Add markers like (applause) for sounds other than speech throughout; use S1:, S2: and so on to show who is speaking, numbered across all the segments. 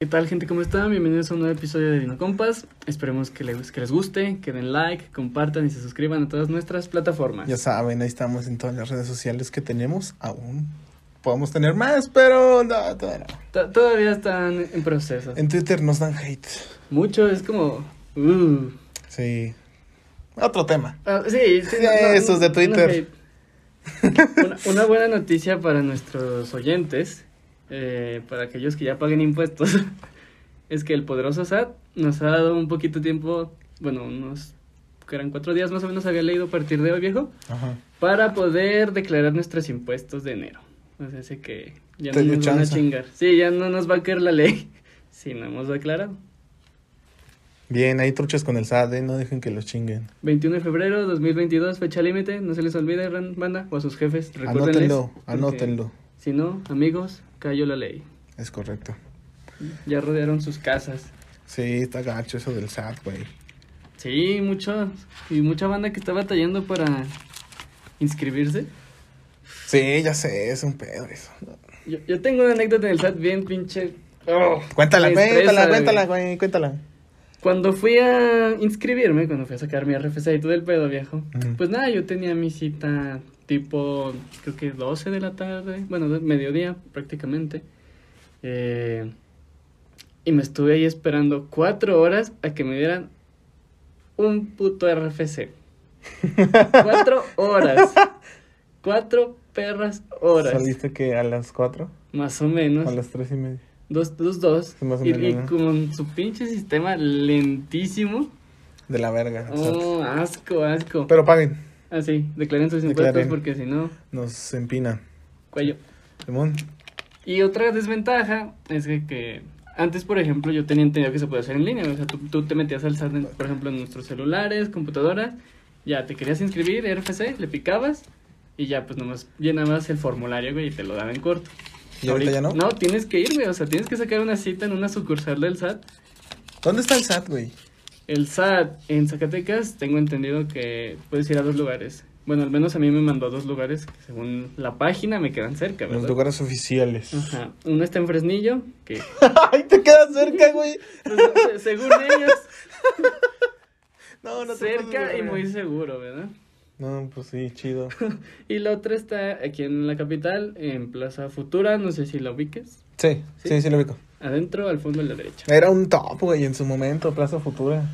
S1: ¿Qué tal gente? ¿Cómo están? Bienvenidos a un nuevo episodio de Vino Compas. Esperemos que les, que les guste, que den like, compartan y se suscriban a todas nuestras plataformas.
S2: Ya saben, ahí estamos en todas las redes sociales que tenemos aún. Podemos tener más, pero no, todavía no.
S1: To- Todavía están en proceso.
S2: En Twitter nos dan hate.
S1: Mucho es como... uh.
S2: Sí. Otro tema.
S1: Ah, sí, sí,
S2: Esos de Twitter.
S1: hate. Una, una buena noticia para nuestros oyentes, eh, para aquellos que ya paguen impuestos, (laughs) es que el poderoso SAT nos ha dado un poquito tiempo, bueno, unos que eran cuatro días más o menos había leído a partir de hoy viejo,
S2: Ajá.
S1: para poder declarar nuestros impuestos de enero. O sea, sé que ya no
S2: Te dio
S1: nos van a
S2: chance.
S1: chingar. Sí, ya no nos va a caer la ley (laughs) si no hemos declarado.
S2: Bien, ahí truchas con el SAD, ¿eh? no dejen que los chinguen.
S1: 21 de febrero de 2022, fecha límite. No se les olvide, ran- banda, o a sus jefes. recuérdenles,
S2: Anótenlo,
S1: porque
S2: anótenlo.
S1: Si no, amigos, cayó la ley.
S2: Es correcto.
S1: Ya rodearon sus casas.
S2: Sí, está gacho eso del SAD, güey.
S1: Sí, mucho. Y mucha banda que está batallando para inscribirse.
S2: Sí, ya sé, es un pedo eso.
S1: Yo, yo tengo una anécdota en el SAT bien pinche. Oh,
S2: Cuéntala,
S1: me estresa,
S2: cuéntala,
S1: güey.
S2: cuéntala, güey, cuéntala.
S1: Cuando fui a inscribirme, cuando fui a sacar mi RFC y todo el pedo, viejo,
S2: Ujú.
S1: pues nada, yo tenía mi cita tipo, creo que 12 de la tarde, bueno, de- mediodía prácticamente. Eh, y me estuve ahí esperando cuatro horas a que me dieran un puto
S2: (laughs)
S1: RFC. cuatro horas. Cuatro perras horas.
S2: ¿Saliste que a las 4?
S1: Más o menos.
S2: A las 3 y media.
S1: Dos, dos, dos.
S2: Más o
S1: Y,
S2: menos,
S1: y
S2: ¿no?
S1: con su pinche sistema lentísimo.
S2: De la verga. el SAT. (laughs)
S1: Oh, asco, asco.
S2: Pero paguen,
S1: Así, declaren sus impuestos
S2: Declaren.
S1: porque si no,
S2: nos empina.
S1: cuello.
S2: Simón.
S1: Y otra desventaja es que, que antes, por ejemplo, yo tenía entendido que se podía hacer en línea. O sea, tú, tú te metías al SAT, en- por ejemplo, en nuestros celulares, computadoras. Ya te querías inscribir, RFC, le picabas y ya, pues nomás llenabas el formulario, güey, y te lo daban en corto.
S2: ¿Y ahorita ya no?
S1: No, tienes que ir, güey. O sea, tienes que sacar una cita en una sucursal del SAT.
S2: ¿Dónde está el SAT, güey?
S1: El SAT en Zacatecas tengo entendido que puedes ir a dos lugares. Bueno, al menos a mí me mandó a dos lugares que según la página me quedan cerca, ¿verdad?
S2: Los lugares oficiales.
S1: Ajá. Uno está en Fresnillo, que
S2: (laughs) Ay, te quedas cerca, güey.
S1: pues, se- según
S2: (laughs)
S1: ellos
S2: No, no te
S1: cerca
S2: pases de
S1: y muy
S2: verga.
S1: seguro, ¿verdad?
S2: No, pues sí, chido.
S1: Y la otra está aquí en la capital, en Plaza Futura, no sé si la ubiques.
S2: (laughs) Sí,
S1: Sí.
S2: sí, sí, lo ubico.
S1: Adentro, al fondo a la derecha.
S2: Era un top, güey, en su momento, Plaza Futura.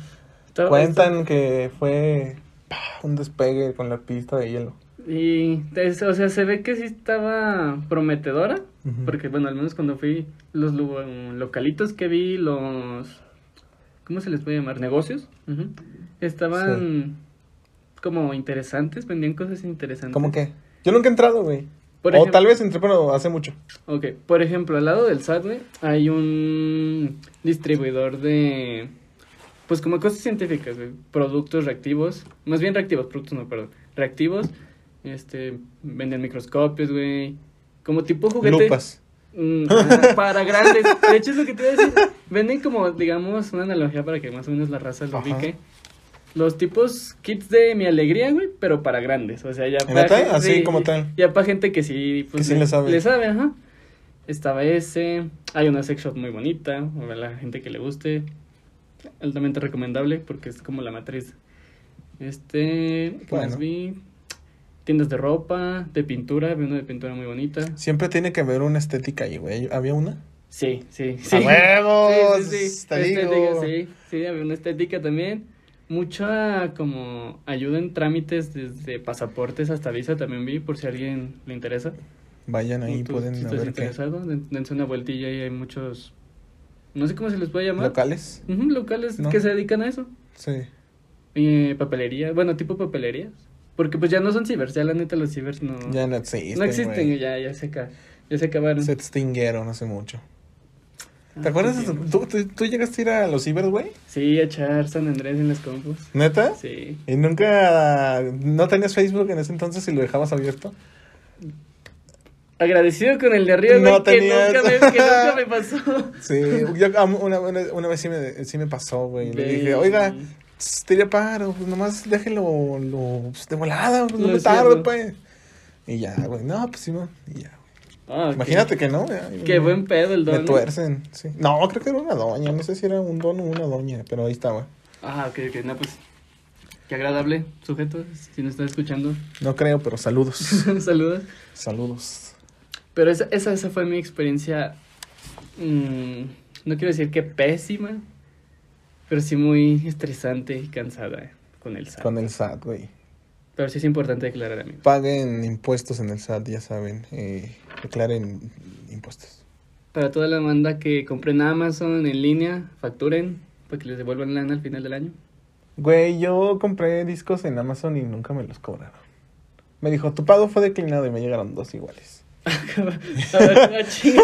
S1: Estaba-
S2: Cuentan que fue pa, un despegue con la pista de hielo.
S1: Y, es- o sea, se ve que sí estaba prometedora,
S2: Ujú.
S1: porque, bueno, al menos cuando fui, los lu- localitos que vi, los, ¿cómo se les puede llamar? Negocios, ujú, estaban como interesantes, vendían cosas interesantes.
S2: ¿Cómo que? Yo nunca he entrado, güey.
S1: Por
S2: o
S1: ejemplo-
S2: tal vez entré, pero hace mucho.
S1: Ok, por ejemplo, al lado del SAT, güey, hay un distribuidor de, pues como cosas científicas, güey, productos reactivos, más bien reactivos, productos no, perdón, reactivos, este, venden microscopios, güey, como tipo juguete.
S2: Lupas.
S1: Mm, ah, para grandes. De hecho, es lo que te iba a decir. Venden como, digamos, una analogía para que más o menos la raza lo
S2: Ajá.
S1: ubique. Los tipos kits de mi alegría, güey, pero para grandes. O sea, ya para.
S2: ¿Neta?
S1: gen-
S2: Así como tal.
S1: Ya para gente que sí. pues,
S2: Que sí le sabe.
S1: ajá. Estaba ese. Hay una sex shop muy bonita. A la gente que le guste. Altamente recomendable porque es como la matriz. Este. ¿Qué
S2: Bueno.
S1: más vi? Tiendas de ropa, de pintura. Vi una de pintura muy bonita.
S2: Siempre tiene que haber una estética ahí, güey. ¿Había una?
S1: Sí, sí, sí.
S2: ¡A huevos!
S1: Sí, sí, sí.
S2: Te
S1: estética,
S2: digo.
S1: sí, sí, había una estética también. Mucha como ayuda en trámites desde pasaportes hasta visa también vi, por si a alguien le interesa.
S2: Vayan ahí,
S1: Como tú,
S2: pueden
S1: si estás
S2: ver qué.
S1: interesado, den- dense una vueltilla y hay muchos, no sé cómo se les puede llamar.
S2: ¿Locales?
S1: Ujú, locales
S2: ¿No?
S1: que se dedican a eso.
S2: Sí.
S1: Eh, papelería, bueno, tipo papelerías. Porque pues ya no son cibers, ya la neta los cibers no,
S2: Ya no existen.
S1: Mm. no existen,
S2: güey.
S1: ya, ya se, ca- ya se acabaron.
S2: Se extinguieron hace mucho.
S1: Ah,
S2: ¿Te acuerdas?
S1: sí,
S2: de- ¿Tú, tú, tú llegaste a ir a los cibers, güey?
S1: Sí, a echar San Andrés en las compus.
S2: ¿Neta?
S1: Sí.
S2: ¿Y nunca... no tenías Facebook en ese entonces y lo dejabas abierto?
S1: Agradecido con el de arriba, güey,
S2: No
S1: que,
S2: tenías.
S1: nunca me, que nunca
S2: (laughs)
S1: me pasó. (laughs)
S2: Sí, yo am- una, una- una vez sí me, sí me pasó, güey. Le
S1: Ve,
S2: dije, oiga, tss, tire paro, pues nomás déjelo lo, pues, de volada, pues, no
S1: Lo
S2: me tardo,
S1: cierro.
S2: pues. Y ya, güey, no, pues sí, no. Y ya, güey.
S1: Ah, ok.
S2: Imagínate que no. ya,
S1: Qué
S2: me-
S1: buen pedo el
S2: Me
S1: don. ¿eh?
S2: tuercen, sí. No, creo que era una doña. No sé si era un don o una doña, pero ahí estaba.
S1: Ah, ok, ok. No, pues. Qué agradable sujeto. Si nos está escuchando, (laughs)
S2: No creo, pero (laughs) saludos.
S1: saludos.
S2: saludos.
S1: Pero esa, esa, esa fue mi experiencia. mm, no quiero decir que pésima, pero sí muy estresante y cansada con el SAT.
S2: Con el SAT, güey.
S1: Pero sí es importante declarar, amigos.
S2: Paguen impuestos en el SAT, ya saben. eh, declaren impuestos.
S1: Para toda la banda que compren Amazon en línea, facturen para que les devuelvan lana al final del año. (laughs)
S2: Güey, yo compré discos en Amazon y nunca me los cobraron. Me dijo, tu pago fue declinado y me llegaron dos iguales.
S1: a ver, ah, chinga,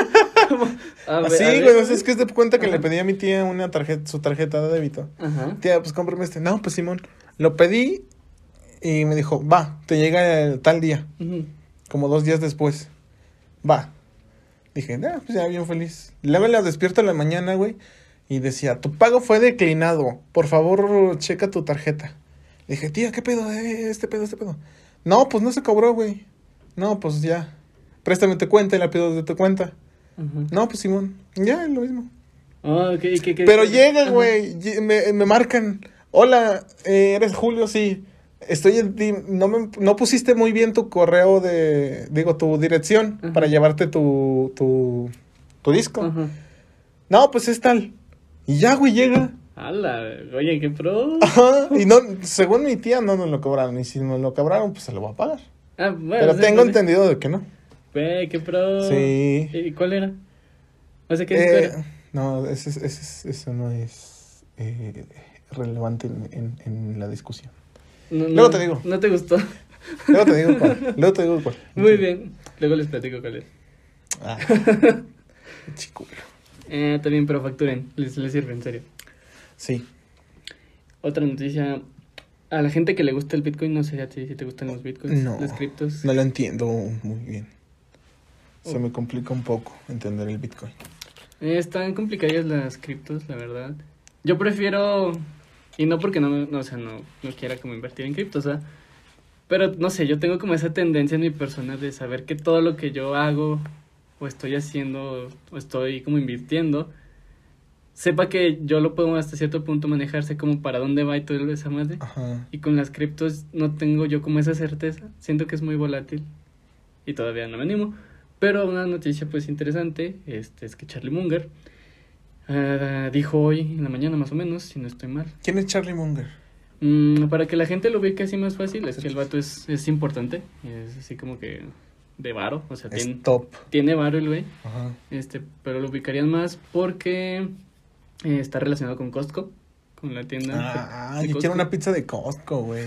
S1: ¿cómo? A ver, Ah,
S2: Así,
S1: a ver.
S2: Ah, güey, o sea, es que es de cuenta que
S1: Ajá.
S2: le pedí a mi tía una tarjeta, su tarjeta de débito.
S1: Ajá.
S2: Tía, pues cómprame este. No, pues Simón. Lo pedí y me dijo, va, te llega el tal día.
S1: Ujú.
S2: Como dos días después. Va. Dije, ah, pues ya bien feliz. Luego la despierto en la mañana, güey. Y decía, tu pago fue declinado. Por favor, checa tu tarjeta. Le dije, tía, ¿qué pedo? Eh, este pedo, este pedo. No, pues no se cobró, güey. No, pues ya. Préstame tu cuenta y la pido de tu cuenta.
S1: Ajá.
S2: No, pues Simón. Ya, es lo mismo.
S1: Ah, ok, ¿qué- qué-
S2: Pero
S1: qué-
S2: llega,
S1: ajá.
S2: güey. lle- Me, me marcan. Hola, eh, eres Julio, sí. Estoy en ti- No, me, no pusiste muy bien tu correo de. Digo, tu dirección
S1: Ajá.
S2: para llevarte tu, tu, tu disco.
S1: Ajá.
S2: No, pues es tal. Y ya, güey, llega.
S1: Ala, oye, qué
S2: (laughs)
S1: pro.
S2: Ajá. Y no, según mi tía, no nos lo cobraron. Y si nos lo cobraron, pues se lo va a pagar.
S1: Ah, bueno,
S2: Pero
S1: sí,
S2: tengo
S1: pues,
S2: entendido de que no.
S1: Güey, qué pro.
S2: Sí.
S1: Ah, ¿Y cuál era? O sea, ¿qué disco
S2: Eh,
S1: era?
S2: no, ese, es- ese es- eso no es eh, relevante en- en- en la discusión.
S1: No,
S2: luego te digo.
S1: No te gustó. (laughs)
S2: Luego te digo cuál. Luego te digo cuál.
S1: Muy bien. Luego les platico cuál es. (laughs)
S2: Ah. Chico.
S1: Eh, también, pero facturen. Les, les sirve, en serio.
S2: Sí.
S1: Otra noticia. A la gente que le gusta el Bitcoin, no sé a ti si te gustan los Bitcoins,
S2: No.
S1: las criptos.
S2: No lo entiendo muy bien. Se me complica un poco entender el Bitcoin.
S1: Eh, están complicadas las criptos, la verdad. Yo prefiero, y no porque no, me- no, o sea, no, no quiera como invertir en criptos, ¿verdad? pero no sé, yo tengo como esa tendencia en mi persona de saber que todo lo que yo hago o estoy haciendo o estoy como invirtiendo, sepa que yo lo puedo hasta cierto punto manejarse como para dónde va y todo esa madre.
S2: Ajá.
S1: Y con las criptos no tengo yo como esa certeza. Siento que es muy volátil y todavía no me animo. Pero una noticia pues interesante este, es que Charlie Munger ah, dijo hoy en la mañana más o menos, si no estoy mal.
S2: ¿Quién es Charlie Munger?
S1: Mm, para que la gente lo ubique así más fácil, es que el vato es, es importante. Es así como que de varo. O sea, tiene,
S2: Es top.
S1: tiene varo el güey.
S2: Ajá.
S1: Este, pero lo ubicarían más porque eh, está relacionado con Costco. Con la tienda.
S2: Ah,
S1: de
S2: yo
S1: Costco.
S2: quiero una pizza de Costco, güey.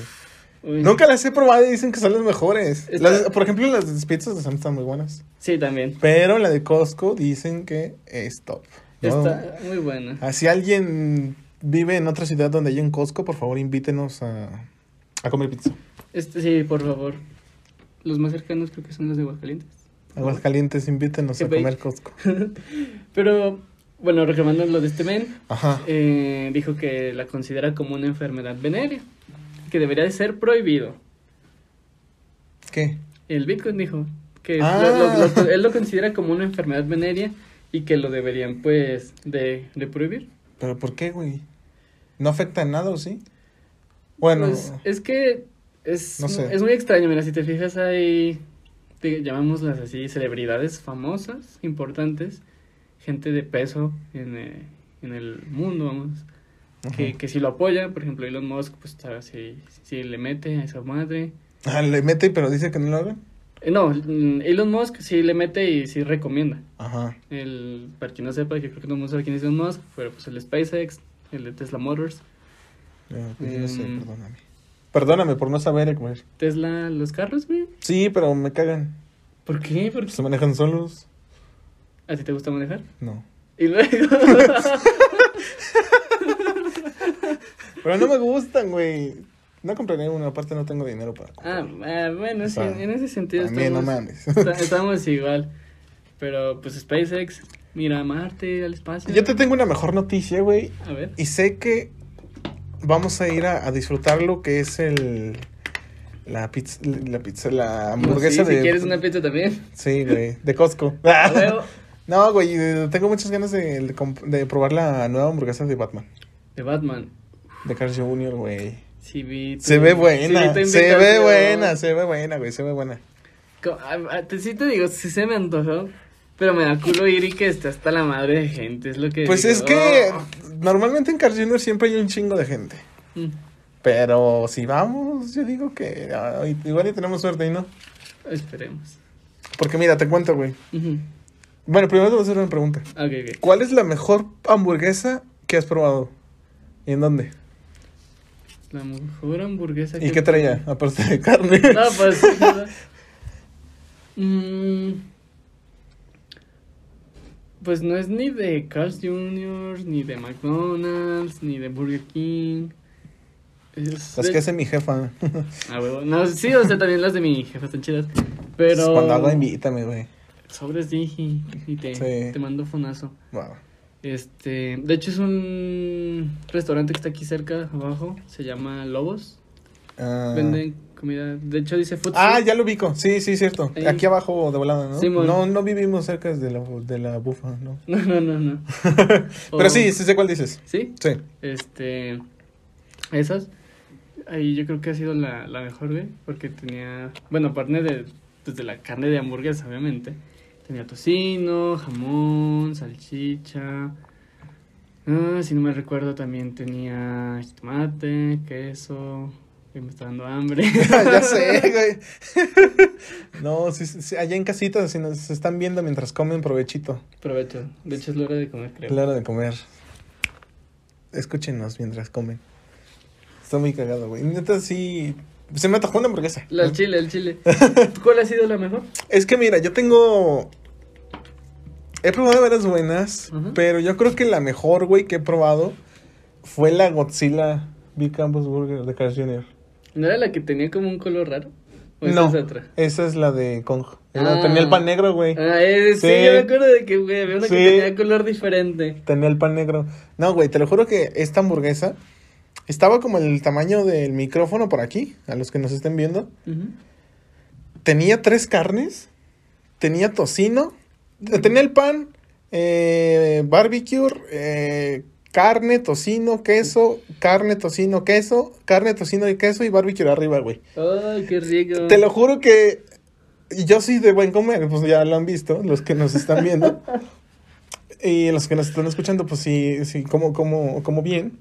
S1: Uy.
S2: Nunca las he probado y dicen que son las mejores.
S1: Está-
S2: Las- por ejemplo, las pizzas de Sam están muy buenas.
S1: Sí, también.
S2: Pero la de Costco dicen que es top. No,
S1: Está muy buena.
S2: Ah, Si alguien vive en otra ciudad donde hay un Costco, por favor invítenos a, a comer pizza.
S1: Este, sí, por favor. Los más cercanos creo que son los de Aguascalientes.
S2: Aguascalientes, invítenos
S1: Qué
S2: a
S1: bello.
S2: comer Costco.
S1: Pero, bueno, reclamando lo de este men,
S2: Ajá.
S1: eh, dijo que la considera como una enfermedad venérea, que debería de ser prohibido.
S2: ¿Qué?
S1: El Bitcoin dijo que lo-
S2: Ah.
S1: lo- lo- él lo considera como una enfermedad venérea y que lo deberían, pues, de, de prohibir.
S2: ¿Pero por qué, güey? ¿No afecta en nada o sí? Bueno,
S1: Pues, es que es,
S2: No sé.
S1: es muy extraño, mira, si te fijas hay, te- llamámoslas así, celebridades famosas, importantes, gente de peso en, eh, en el mundo, vamos,
S2: ajá.
S1: que, que si lo apoya, por ejemplo, Elon Musk, pues está, si, si le mete a esa madre.
S2: Ah, le mete pero dice que no lo hagan.
S1: Eh, no, mm, Elon Musk sí le mete y sí recomienda.
S2: Ajá.
S1: El, para quien no sepa, yo creo que no mundo sabe quién es Elon Musk, pero pues el de SpaceX, el de Tesla Motors,
S2: Yo, pues, yo no sé,
S1: Mm.
S2: perdóname. Perdóname por no saber comer.
S1: Tesla, los carros, güey.
S2: Sí, pero me cagan.
S1: ¿Por qué? ¿Por qué?
S2: ¿Se manejan solos?
S1: ¿A ti te gusta manejar?
S2: No.
S1: Y
S2: (laughs)
S1: luego.
S2: Pero no me gustan, güey. No compraré uno, aparte no tengo dinero para
S1: ah,
S2: comprar.
S1: ah, bueno, sí,
S2: Ah,
S1: en ese sentido
S2: También, no
S1: estamos,
S2: mames. (laughs)
S1: esta- estamos igual. Pero pues SpaceX, mira a Marte, al espacio.
S2: Yo te tengo una mejor noticia, güey.
S1: A ver.
S2: Y sé que vamos a ir a, a disfrutar lo que es el, La pizza, la pizza, la
S1: Pues
S2: hamburguesa
S1: sí,
S2: de... Ah.
S1: Si quieres
S2: (laughs)
S1: una pizza también.
S2: Sí, güey, de Costco.
S1: (laughs) A huevo.
S2: (laughs) no, güey, eh, tengo muchas ganas de, de comp- de probar la nueva hamburguesa de Batman.
S1: De Batman.
S2: De Carl Jr., güey.
S1: Sí, vi tu-
S2: Se ve
S1: sí,
S2: buena,
S1: vi tu
S2: se ve
S1: invitación.
S2: buena, se ve buena, güey, se ve buena.
S1: Co- a- a- te- Sí te digo, sí se me antojó, pero me da culo ir y que esté hasta la madre de gente, es lo que...
S2: Pues
S1: digo,
S2: es que
S1: oh.
S2: normalmente en Carl Jr. siempre hay un chingo de gente.
S1: Mm.
S2: Pero si vamos, yo digo que ah, igual y tenemos suerte, ¿y no?
S1: Esperemos.
S2: Porque mira, te cuento, güey.
S1: Ujú.
S2: Bueno, primero te voy a hacer una pregunta.
S1: Ok, ok.
S2: ¿Cuál es la mejor hamburguesa que has probado? ¿Y en dónde?
S1: La mejor hamburguesa
S2: ¿Y qué traía? Aparte de carne.
S1: (laughs) No, pues... Mm. Pues no es ni de Carl's Jr., ni de McDonald's, ni de Burger King. Es
S2: Las
S1: de-
S2: que hace mi jefa.
S1: Ah, huevo. No, sí, o sea, también las de mi jefa están chidas. (laughs) Pero.
S2: (laughs) Cuando hago invítame, güey.
S1: Sobres dije y te,
S2: Sí.
S1: te mando fonazo.
S2: Wow.
S1: Este. De hecho, es un restaurante que está aquí cerca, abajo. Se llama Lobos.
S2: Ah.
S1: Venden comida. De hecho, dice food.
S2: Ah,
S1: street.
S2: ya lo ubico. Sí, sí, cierto.
S1: Ahí.
S2: Aquí abajo de volada, ¿no?
S1: Simón.
S2: no, no vivimos cerca de la, de la bufa, ¿no?
S1: (laughs) No, no, no, no.
S2: (laughs) Pero
S1: O-
S2: sí, sí sé cuál dices.
S1: Sí,
S2: Sí. (laughs)
S1: este. Esas. Ahí yo creo que ha sido la, la mejor, güey. Porque tenía. Bueno, aparte de, pues, de la carne de hamburguesa, obviamente. Tenía tocino, jamón, salchicha. Ah, si no me recuerdo, también tenía tomate, queso. Que me está dando hambre.
S2: (laughs) ya sé, güey. (laughs) no, sí, sí, allá en casita, si nos están viendo mientras comen, provechito.
S1: Aprovecho. De hecho, es la hora de comer, creo.
S2: (laughs) Es la hora de comer. Escúchenos mientras comen. Está muy cagado, güey. Neta, sí. Se me atajó una hamburguesa.
S1: La- el chile, el chile. ¿Cuál ha sido la mejor?
S2: Es que mira, yo tengo. He probado varias buenas,
S1: Ajá.
S2: pero yo creo que la mejor, güey, que he probado fue la Godzilla Big Campus Burger de Carl Jr.
S1: ¿No era la que tenía como un color raro? ¿O esa
S2: no,
S1: es otra?
S2: esa es la de Kong. Era-
S1: Ah.
S2: Tenía el pan negro, güey.
S1: Ah, eh, sí,
S2: Sí.
S1: yo me acuerdo de que, güey, había una que
S2: Sí.
S1: tenía color diferente.
S2: Tenía el pan negro. No, güey, te lo juro que esta hamburguesa estaba como el tamaño del micrófono por aquí, a los que nos estén viendo. Tenía tres carnes, tenía tocino, eh, tenía el pan, eh, barbecue, eh, carne, tocino, queso, carne, tocino, queso, carne, tocino y queso y barbecue arriba, güey.
S1: Ay, Oh, qué rico.
S2: Te lo juro que yo soy de buen comer, pues ya lo han visto, los que nos están viendo. (laughs) y los que nos están escuchando, pues sí, sí, como, como, como bien.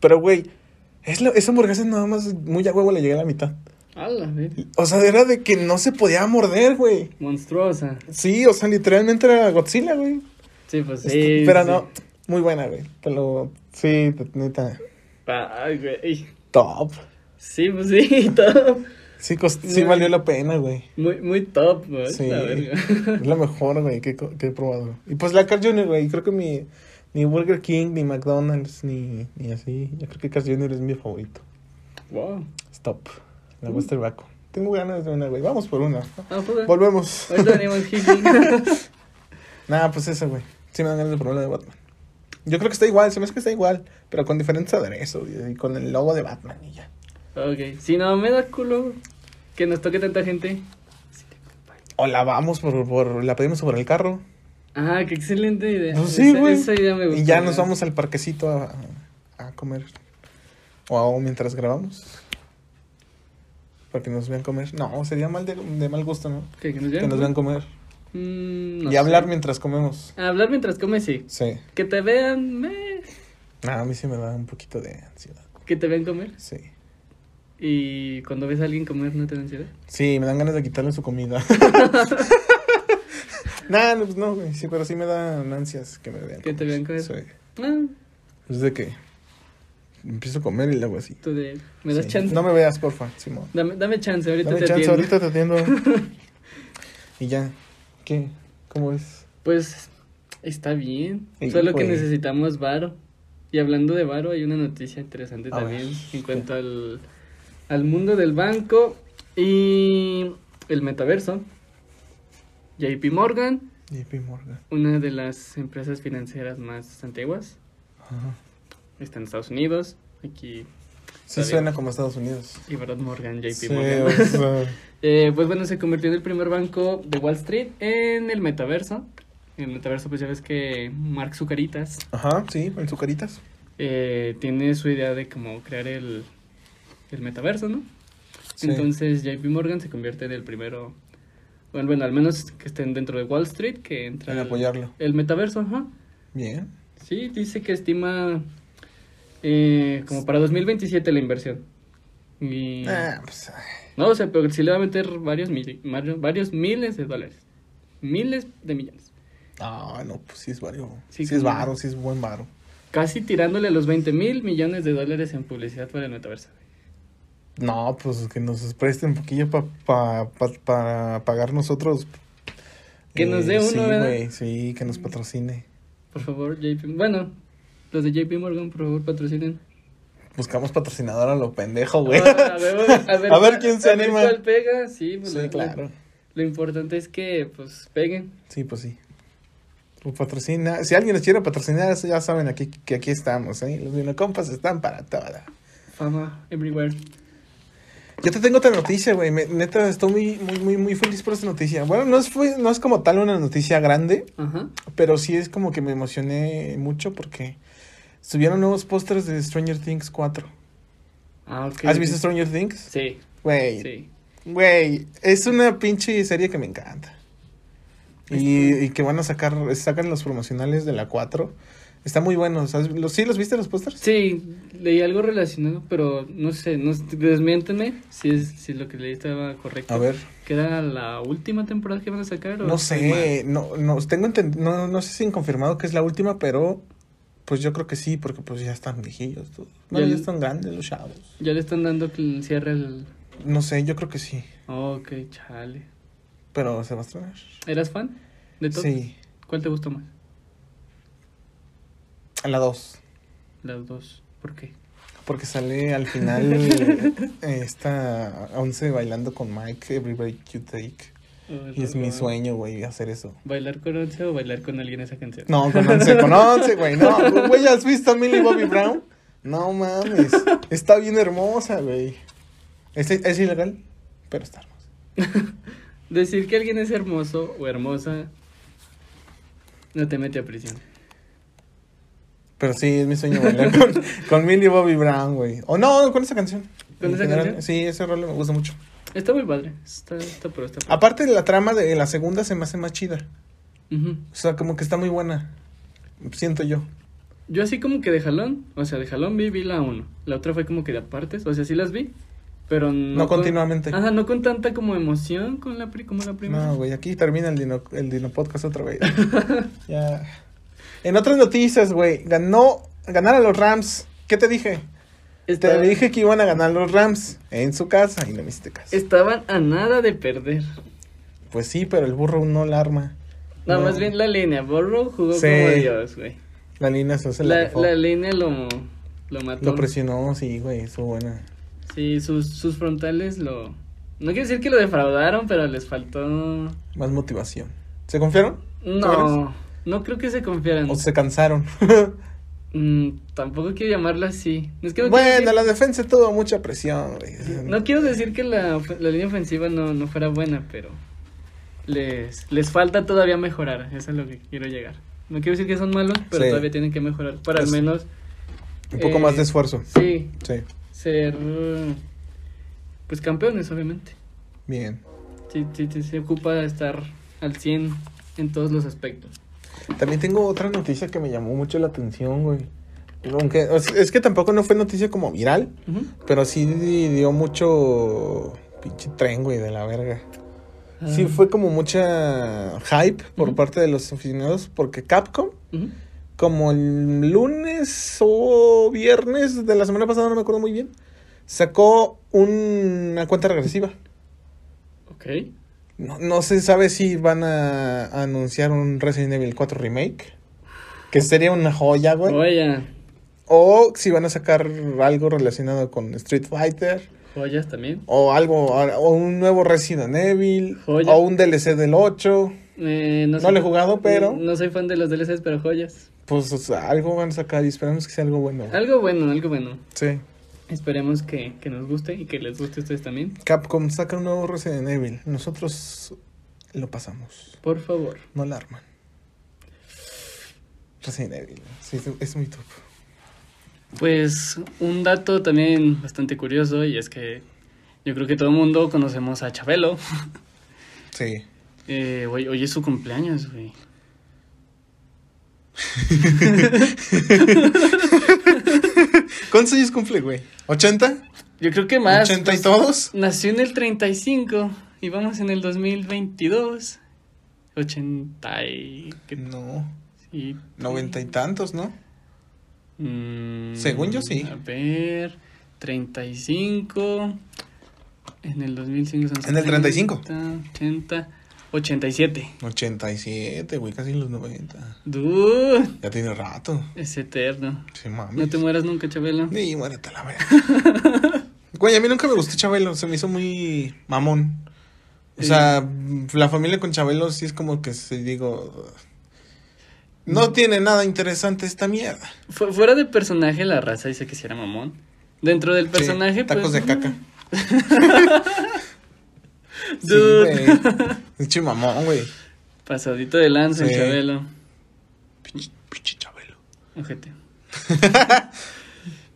S2: Pero, güey, es la- esa hamburguesa nada más muy a huevo le llegué a la mitad.
S1: Ala, ve,
S2: O sea, era de que no se podía morder, güey.
S1: Monstruosa.
S2: Sí, o sea, literalmente era Godzilla, güey.
S1: Sí, pues sí.
S2: Este, pero
S1: sí.
S2: no, muy buena, güey. Te lo... Sí, te- neta.
S1: Ay, güey.
S2: Top.
S1: Sí, pues sí, (laughs) top.
S2: Sí, cost- sí
S1: Güey.
S2: valió la pena, güey.
S1: Muy, muy top, güey.
S2: Sí.
S1: La verga.
S2: Es la mejor, güey, que, he co- que he probado. Y pues la Carl Jr., güey, creo que mi, ni Burger King, ni McDonald's, ni, ni así. Yo creo que Carl Jr. es mi favorito.
S1: Wow.
S2: Stop. La Western Baco. Tengo ganas de una, güey. Vamos por una.
S1: Ah, pues, güey.
S2: Volvemos.
S1: Ahorita venimos,
S2: (laughs)
S1: jiji.
S2: Nada, pues esa, güey. Sí me dan ganas de probar la de Batman. Yo creo que está igual, se me hace que está igual, pero con diferentes aderezos y, y con el logo de Batman y ya.
S1: Ok, si no me da culo que nos toque tanta gente.
S2: O la vamos por, por la pedimos sobre el carro.
S1: Ah, qué excelente idea.
S2: Pues sí,
S1: Esa-
S2: güey.
S1: Esa idea me gusta.
S2: Y ya nos vamos al parquecito a, a comer. O a- mientras grabamos. Para que nos vean comer. No, sería mal de, de mal gusto, ¿no?
S1: ¿Qué, que nos
S2: Que
S1: vean?
S2: nos vean comer.
S1: Mm, no
S2: y
S1: sé.
S2: hablar mientras comemos.
S1: Hablar mientras comes, sí.
S2: Sí.
S1: Que te vean, meh.
S2: Nah, a mí sí me da un poquito de ansiedad.
S1: que te vean comer.
S2: Sí.
S1: Y cuando ves a alguien comer, ¿no te da ansiedad?
S2: Sí, me dan ganas de quitarle su comida.
S1: (laughs)
S2: (laughs) nah, no, pues no, güey. Sí, pero sí me dan ansias que me vean.
S1: Que te vean comer.
S2: Sí.
S1: Ah,
S2: Es de que empiezo a comer y le hago así.
S1: tú de, me das
S2: Sí.
S1: chance.
S2: No me veas, porfa, Simón.
S1: Dame, dame chance, ahorita
S2: Dame
S1: te
S2: chance,
S1: atiendo.
S2: ahorita te atiendo.
S1: (laughs)
S2: y ya. ¿Qué? ¿Cómo es?
S1: Pues está bien.
S2: Sí,
S1: Solo que
S2: güey.
S1: necesitamos varo. Y hablando de varo, hay una noticia interesante
S2: A
S1: también
S2: ver.
S1: en cuanto al, al mundo del banco y el metaverso. JP Morgan,
S2: JP Morgan.
S1: una de las empresas financieras más antiguas,
S2: Ajá.
S1: está en Estados Unidos. Aquí
S2: Sí suena como Estados Unidos.
S1: Y Brad Morgan, JP
S2: Sí,
S1: Morgan.
S2: o sea,
S1: (laughs) Eh, pues bueno, se convirtió en el primer banco de Wall Street en el metaverso. En el metaverso, pues ya ves que Mark Zucaritas
S2: Ajá, sí, con sus caritas.
S1: eh, tiene su idea de cómo crear el, el metaverso, ¿no?
S2: Sí.
S1: Entonces JP Morgan se convierte en el primero, bueno, bueno, al menos que estén dentro de Wall Street, que entra
S2: En
S1: el-
S2: apoyarlo.
S1: El, metaverso, ajá.
S2: Bien.
S1: Sí, dice que estima eh, como para 2027 la inversión. Y...
S2: Ah, pues, ay,
S1: No, o sea, pero sí le va a meter varios, mil- varios, varios miles de dólares. Miles de millones.
S2: ah, no, pues sí es vario.
S1: Sí,
S2: Sí, es
S1: como-
S2: varo, sí es buen varo.
S1: Casi tirándole a los 20 mil millones de dólares en publicidad para el metaverso.
S2: No, pues que nos presten un poquillo para pagar nosotros. Eh,
S1: Que nos dé
S2: sí,
S1: uno, ¿verdad?
S2: güey, sí, que nos patrocine.
S1: Por favor, JP. Bueno, los de JP Morgan, por favor, patrocinen.
S2: Buscamos patrocinador a lo pendejo, güey.
S1: Ah, a, ver, a ver-
S2: (laughs) A ver quién se
S1: a ver
S2: anima.
S1: cuál pega, sí, pues,
S2: sí,
S1: lo-
S2: claro.
S1: Lo importante es que, pues, peguen.
S2: Sí, pues sí. O patrocina. Si alguien nos quiere patrocinar, ya saben aquí, que aquí estamos, ¿eh? Los vinocompas están para todo.
S1: Fama everywhere.
S2: Yo te tengo otra noticia, güey. Me- Neta, estoy muy, muy, muy, muy feliz por esta noticia. Bueno, no es, fue- no es como tal una noticia grande,
S1: Ajá.
S2: pero sí es como que me emocioné mucho porque subieron nuevos pósters de Stranger Things 4.
S1: Ah, ok.
S2: ¿Has visto Stranger Things?
S1: Sí,
S2: Güey,
S1: sí.
S2: güey, es una pinche serie que me encanta. Y,
S1: Este-
S2: y que van a sacar, sacan los promocionales de la 4. Está muy bueno. ¿sabes? ¿Los- ¿Sí los viste los pósters?
S1: Sí, leí algo relacionado, pero no sé, no, sé, desmiénteme si, es, si lo que leí estaba correcto.
S2: A ver.
S1: ¿Que era la última temporada que van a sacar? o
S2: No
S1: estoy mal?
S2: sé, no, no, tengo enten- no, no sé si han confirmado que es la última, pero pues yo creo que sí, porque pues ya están viejillos todos. No,
S1: Ya-
S2: ya están grandes los chavos.
S1: Ya le están dando que le cierre el...
S2: No sé, yo creo que sí,
S1: Ok, chale.
S2: pero se va a estrenar.
S1: ¿Eras fan de todo?
S2: Sí,
S1: ¿Cuál te gustó más?
S2: a la 2,
S1: Las dos. ¿Por qué?
S2: porque sale al final
S1: (laughs)
S2: eh, esta once bailando con Mike, Every Break You Take. Y es mi sueño, güey, hacer eso.
S1: ¿Bailar con once o bailar con alguien esa canción?
S2: No, con once, con once, güey, no. Güey, ¿has visto a Millie Bobby Brown? No mames, está bien hermosa, güey. Es, es ilegal, pero está hermosa.
S1: Decir que alguien es hermoso o hermosa no te mete a prisión.
S2: Pero sí, es mi sueño bailar
S1: (laughs)
S2: con, con Millie Bobby Brown, güey. O no, con esa canción.
S1: ¿Con
S2: En
S1: esa canción?
S2: Sí, ese rol me gusta mucho.
S1: Está muy padre. Está, está pero está padre.
S2: Aparte, la trama de la segunda se me hace más chida.
S1: Ujú.
S2: O sea, como que está muy buena. Siento yo.
S1: Yo así como que de jalón, o sea, de jalón vi, vi la uno. La otra fue como que de apartes, o sea, sí las vi, pero no...
S2: No
S1: con-
S2: continuamente.
S1: Ajá, no con tanta como emoción con la pri- como la primera.
S2: No, güey, aquí termina el Dino, el Dino Podcast otra
S1: (laughs)
S2: vez. ya. En otras noticias, güey, ganó, ganaron los Rams. ¿Qué te dije?
S1: Estaba-
S2: Te dije que iban a ganar los Rams en su casa y no me hiciste caso.
S1: Estaban a nada de perder.
S2: Pues sí, pero el burro no la arma.
S1: No,
S2: No.
S1: más bien la línea. Borro jugó
S2: Sí.
S1: como Dios, güey.
S2: La línea se hace la,
S1: La,
S2: rifó.
S1: la línea lo, lo mató.
S2: Lo presionó, sí, güey, estuvo buena.
S1: Sí, sus, sus frontales lo... No quiero decir que lo defraudaron, pero les faltó...
S2: Más motivación. ¿Se confiaron? ¿Tú
S1: No, no creo que se confiaran.
S2: ¿O se cansaron?
S1: Mm, tampoco quiero llamarlo así. Es que no quiero
S2: (laughs) bueno,
S1: decir-
S2: la defensa tuvo mucha presión, güey.
S1: No quiero decir que la, of- la línea ofensiva no, no fuera buena, pero les, les falta todavía mejorar. Eso es lo que quiero llegar. No quiero decir que son malos, pero
S2: Sí.
S1: todavía tienen que mejorar para al
S2: Es-
S1: menos,
S2: Un poco
S1: eh,
S2: más de esfuerzo.
S1: sí,
S2: Sí,
S1: ser pues campeones, obviamente.
S2: bien.
S1: Sí, sí, sí, se ocupa de estar al 100 en todos los aspectos.
S2: También tengo otra noticia que me llamó mucho la atención, güey. Aunque, o sea, es que tampoco no fue noticia como viral,
S1: Ujú.
S2: pero sí dio mucho pinche tren, güey, de la verga. Sí
S1: Ah,
S2: fue como mucha hype por
S1: Ujú.
S2: parte de los aficionados porque Capcom,
S1: ujú.
S2: como el lunes o viernes de la semana pasada, no me acuerdo muy bien, sacó una cuenta regresiva.
S1: Ok.
S2: No, no se sabe si van a, anunciar un Resident Evil 4 remake, que sería una joya, güey.
S1: Joya.
S2: O si van a sacar algo relacionado con Street Fighter.
S1: Joyas también.
S2: O algo, o un nuevo Resident Evil.
S1: Joya.
S2: O un DLC del 8.
S1: Eh, no
S2: No
S1: soy-
S2: lo he jugado, pero-
S1: No soy fan de los DLCs, pero joyas.
S2: Pues o sea, algo van a sacar y esperamos que sea algo bueno. güey.
S1: Algo bueno, algo bueno.
S2: Sí.
S1: Esperemos que, que nos guste y que les guste a ustedes también.
S2: Capcom saca un nuevo Resident Evil. Nosotros lo pasamos.
S1: Por favor.
S2: No la arman. Resident Evil. Sí, es- es muy top.
S1: Pues un dato también bastante curioso y es que yo creo que todo el mundo conocemos a Chabelo. (laughs)
S2: Sí.
S1: Eh, hoy, hoy es su cumpleaños, güey.
S2: ¿Cuántos años cumple, güey? ¿80?
S1: Yo creo que más. pues,
S2: ¿80 y todos?
S1: Nació en el 35 y vamos en el 2022. 80 y... ¿qué?
S2: No.
S1: Sí.
S2: Noventa y tantos, ¿no?
S1: Mm,
S2: Según yo, sí.
S1: A ver, 35. En el 2005 son
S2: En el 35.
S1: 70, 80, 87.
S2: 87, güey, casi los 90.
S1: Dude,
S2: Ya tiene rato.
S1: es eterno.
S2: Sí, mames.
S1: No te mueras nunca, Chabelo.
S2: Ni muérete a la verga. Güey, a mí nunca me gustó Chabelo, se me hizo muy mamón. O
S1: Eh.
S2: sea, mm, la familia con Chabelo sí es como que se digo. No tiene nada interesante esta mierda.
S1: Fu- fuera de personaje, la raza dice que si era mamón. Dentro del
S2: Sí,
S1: personaje,
S2: tacos
S1: pues,
S2: de
S1: no. (laughs)
S2: caca. Sí,
S1: Dude.
S2: güey. Pinche mamón, güey.
S1: Pasadito de lanza, el
S2: Sí.
S1: Chabelo.
S2: Pinche, pinche Chabelo. (laughs)
S1: Ojete.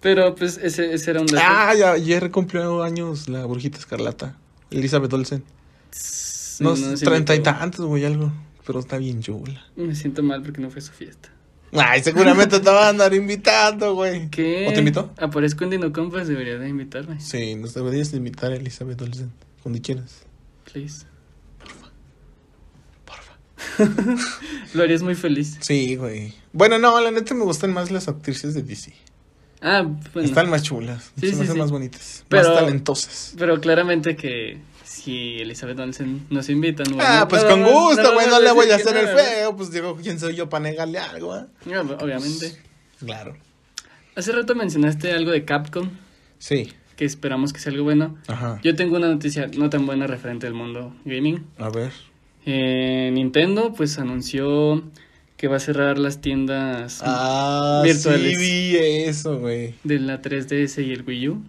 S1: Pero pues ese, ese era un dato.
S2: Ah, ya, ayer cumplió años la brujita escarlata. Elizabeth Olsen.
S1: Sí,
S2: Unos
S1: no, sí me
S2: treinta y
S1: acuerdo.
S2: tantos, güey, algo. Pero está bien chula.
S1: Me siento mal porque no fue su fiesta.
S2: Ay, seguramente te van a andar invitando, güey.
S1: ¿Qué?
S2: ¿O te invitó?
S1: Aparezco en Dinocompas, debería de invitarme.
S2: Sí, nos deberías de invitar a Elizabeth Olsen. Cuando quieras.
S1: Please.
S2: Porfa.
S1: (laughs) Lo harías muy feliz.
S2: Sí, güey. Bueno, no, la neta me gustan más las actrices de DC.
S1: Ah, bueno.
S2: Están más chulas.
S1: Sí,
S2: se me
S1: sí,
S2: hacen
S1: sí.
S2: más bonitas.
S1: Pero-
S2: Más talentosas.
S1: Pero claramente que si Elizabeth Olsen nos invita, no-
S2: Ah,
S1: no-
S2: pues
S1: no
S2: con
S1: vamos-
S2: gusto, güey. No,
S1: vamos
S2: le voy a
S1: decir
S2: hacer
S1: que
S2: el
S1: no,
S2: feo. Pues digo, ¿quién soy yo para negarle algo, ah?
S1: ¿verdad? No, obviamente.
S2: Claro.
S1: Hace rato mencionaste algo de Capcom,
S2: Sí.
S1: que esperamos que sea algo bueno.
S2: Ajá.
S1: Yo tengo una noticia no tan buena referente al mundo gaming.
S2: A ver.
S1: Eh, Nintendo pues anunció que va a cerrar las tiendas
S2: Ah,
S1: Virtuales.
S2: sí vi eso, güey.
S1: de la 3DS y el Wii U.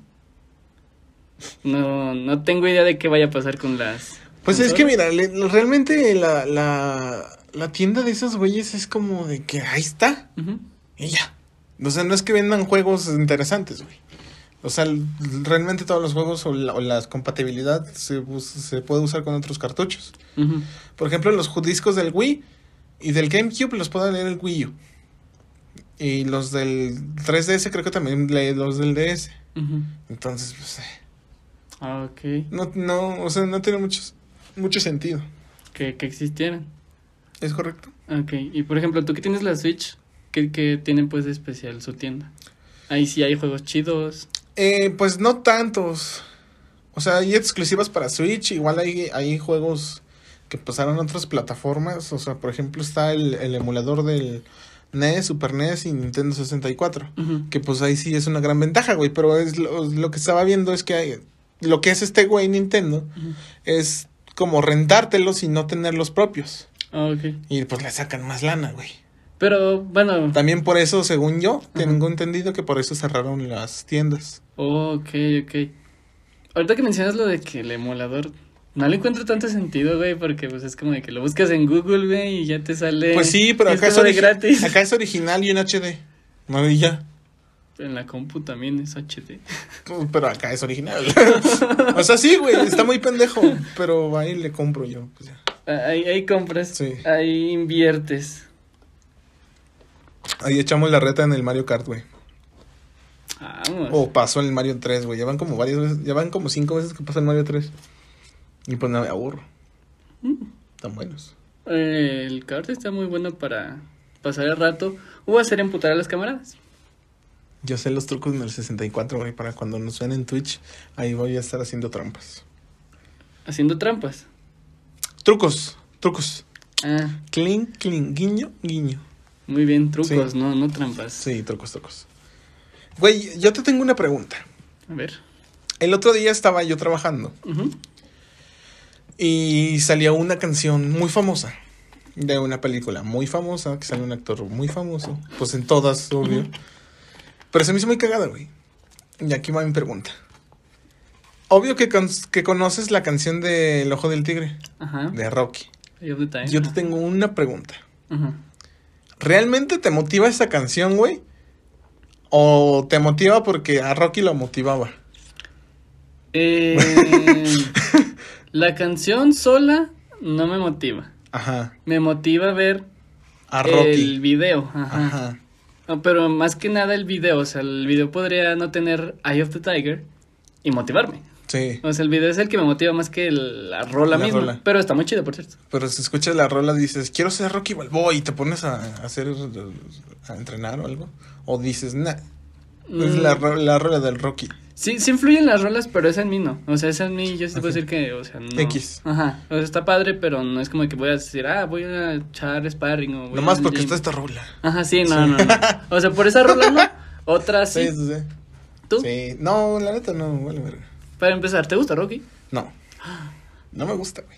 S1: No, no tengo idea de qué vaya a pasar con las.
S2: Pues es que
S1: consolas.
S2: mira, le- le- realmente la, la, la tienda de esos güeyes es como de que ahí está
S1: Ujú.
S2: y ya. O sea, no es que vendan juegos interesantes, güey. O sea, l- realmente todos los juegos o la, o la compatibilidad se, us- se puede usar con otros cartuchos.
S1: Ujú.
S2: Por ejemplo, los ju- discos del Wii y del GameCube los puede leer el Wii U. Y los del 3DS creo que también lee los del DS.
S1: Ujú.
S2: Entonces, pues, eh,
S1: Ah, ok.
S2: no, no, o sea, no tiene muchos, mucho sentido.
S1: Que, que existieran.
S2: ¿Es correcto?
S1: Ok. Y por ejemplo, tú que tienes la Switch, ¿qué, qué tiene pues de especial su tienda? Ahí sí hay juegos chidos.
S2: Eh, pues no tantos. O sea, hay exclusivas para Switch. Igual hay, hay juegos que pasaron a otras plataformas. O sea, por ejemplo, está el, el emulador del NES, Super NES y Nintendo 64.
S1: Ujú.
S2: Que pues ahí sí es una gran ventaja, güey. Pero es lo, lo que estaba viendo es que hay- lo que hace este güey Nintendo
S1: Ujú.
S2: es como rentártelos y no tener los propios.
S1: Ah, ok.
S2: Y pues le sacan más lana, güey.
S1: Pero bueno.
S2: También por eso, según yo, tengo
S1: Ujú.
S2: entendido que por eso cerraron las tiendas.
S1: Ok, ok. Ahorita que mencionas lo de que el emulador. No le encuentro tanto sentido, güey, porque pues es como de que lo buscas en Google, güey, y ya te sale.
S2: Pues sí, pero
S1: y es
S2: acá es,
S1: como de
S2: origi-
S1: gratis.
S2: acá es original y en HD. No,
S1: (laughs)
S2: y ya.
S1: En la compu también es HD.
S2: Pero acá es original. (laughs) o sea, sí, güey, está muy pendejo. Pero ahí le compro yo. pues ya.
S1: Ah, Ahí, ahí compras,
S2: Sí.
S1: ahí inviertes.
S2: Ahí echamos la reta en el Mario Kart, güey.
S1: Vamos.
S2: O pasó en el Mario 3, güey. Ya van como varias veces, ya van como cinco veces que pasa el Mario 3. Y pues no me aburro.
S1: Mm.
S2: Tan buenos.
S1: El kart está muy bueno para pasar el rato o hacer emputar a las camaradas.
S2: Yo sé los trucos en el 64, güey. Para cuando nos vean en Twitch, ahí voy a estar haciendo trampas.
S1: Haciendo trampas.
S2: Trucos, trucos.
S1: Ah,
S2: Cling, cling, guiño, guiño.
S1: muy bien, trucos,
S2: Sí.
S1: no, no trampas.
S2: Sí, trucos, trucos. Güey, yo te tengo una pregunta.
S1: A ver.
S2: El otro día estaba yo trabajando
S1: Ujú.
S2: y salió una canción muy famosa de una película muy famosa, que sale un actor muy famoso, pues en todas, obvio. Pero se me hizo muy cagada, güey. Y aquí va mi pregunta. Obvio que, con- que conoces la canción de El Ojo del Tigre,
S1: Ajá.
S2: de Rocky.
S1: Eye of the Tiger.
S2: Yo te tengo una pregunta. (laughs)
S1: Ajá.
S2: ¿Realmente te motiva esa canción, güey? ¿O te motiva porque a Rocky lo motivaba?
S1: Eh, la canción sola no me motiva.
S2: Ajá.
S1: Me motiva ver
S2: A
S1: el Ah.
S2: Rocky.
S1: video. Ajá.
S2: Ajá.
S1: No, pero más que nada el video. O sea, el video podría no tener Eye of the Tiger y motivarme.
S2: Sí.
S1: O sea, el video es el que me motiva más que el- la rola
S2: La
S1: misma.
S2: rola.
S1: Pero está muy chido, por cierto.
S2: Pero si escuchas la rola dices, quiero ser Rocky Balboa y te pones a, a hacer, a entrenar o algo. O dices, nah, es
S1: Mm,
S2: la, ro- la rola del Rocky.
S1: Sí, sí influyen las rolas, pero esa en mí no. O sea, esa en mí yo sí te puedo
S2: Ajá.
S1: decir que, o sea, no.
S2: X.
S1: Ajá. O sea, está padre, pero no es como que voy a decir, ah, voy a echar sparring o voy
S2: Nomás
S1: al
S2: porque
S1: gym.
S2: está esta rola.
S1: Ajá, sí, no, no, no. O sea, por
S2: (laughs)
S1: esa rola no. Otra sí.
S2: Sí, sí, sí.
S1: ¿Tú?
S2: Pues, Sí. No, la neta no, vale verga.
S1: Para empezar, ¿te gusta Rocky?
S2: No. No me gusta, güey.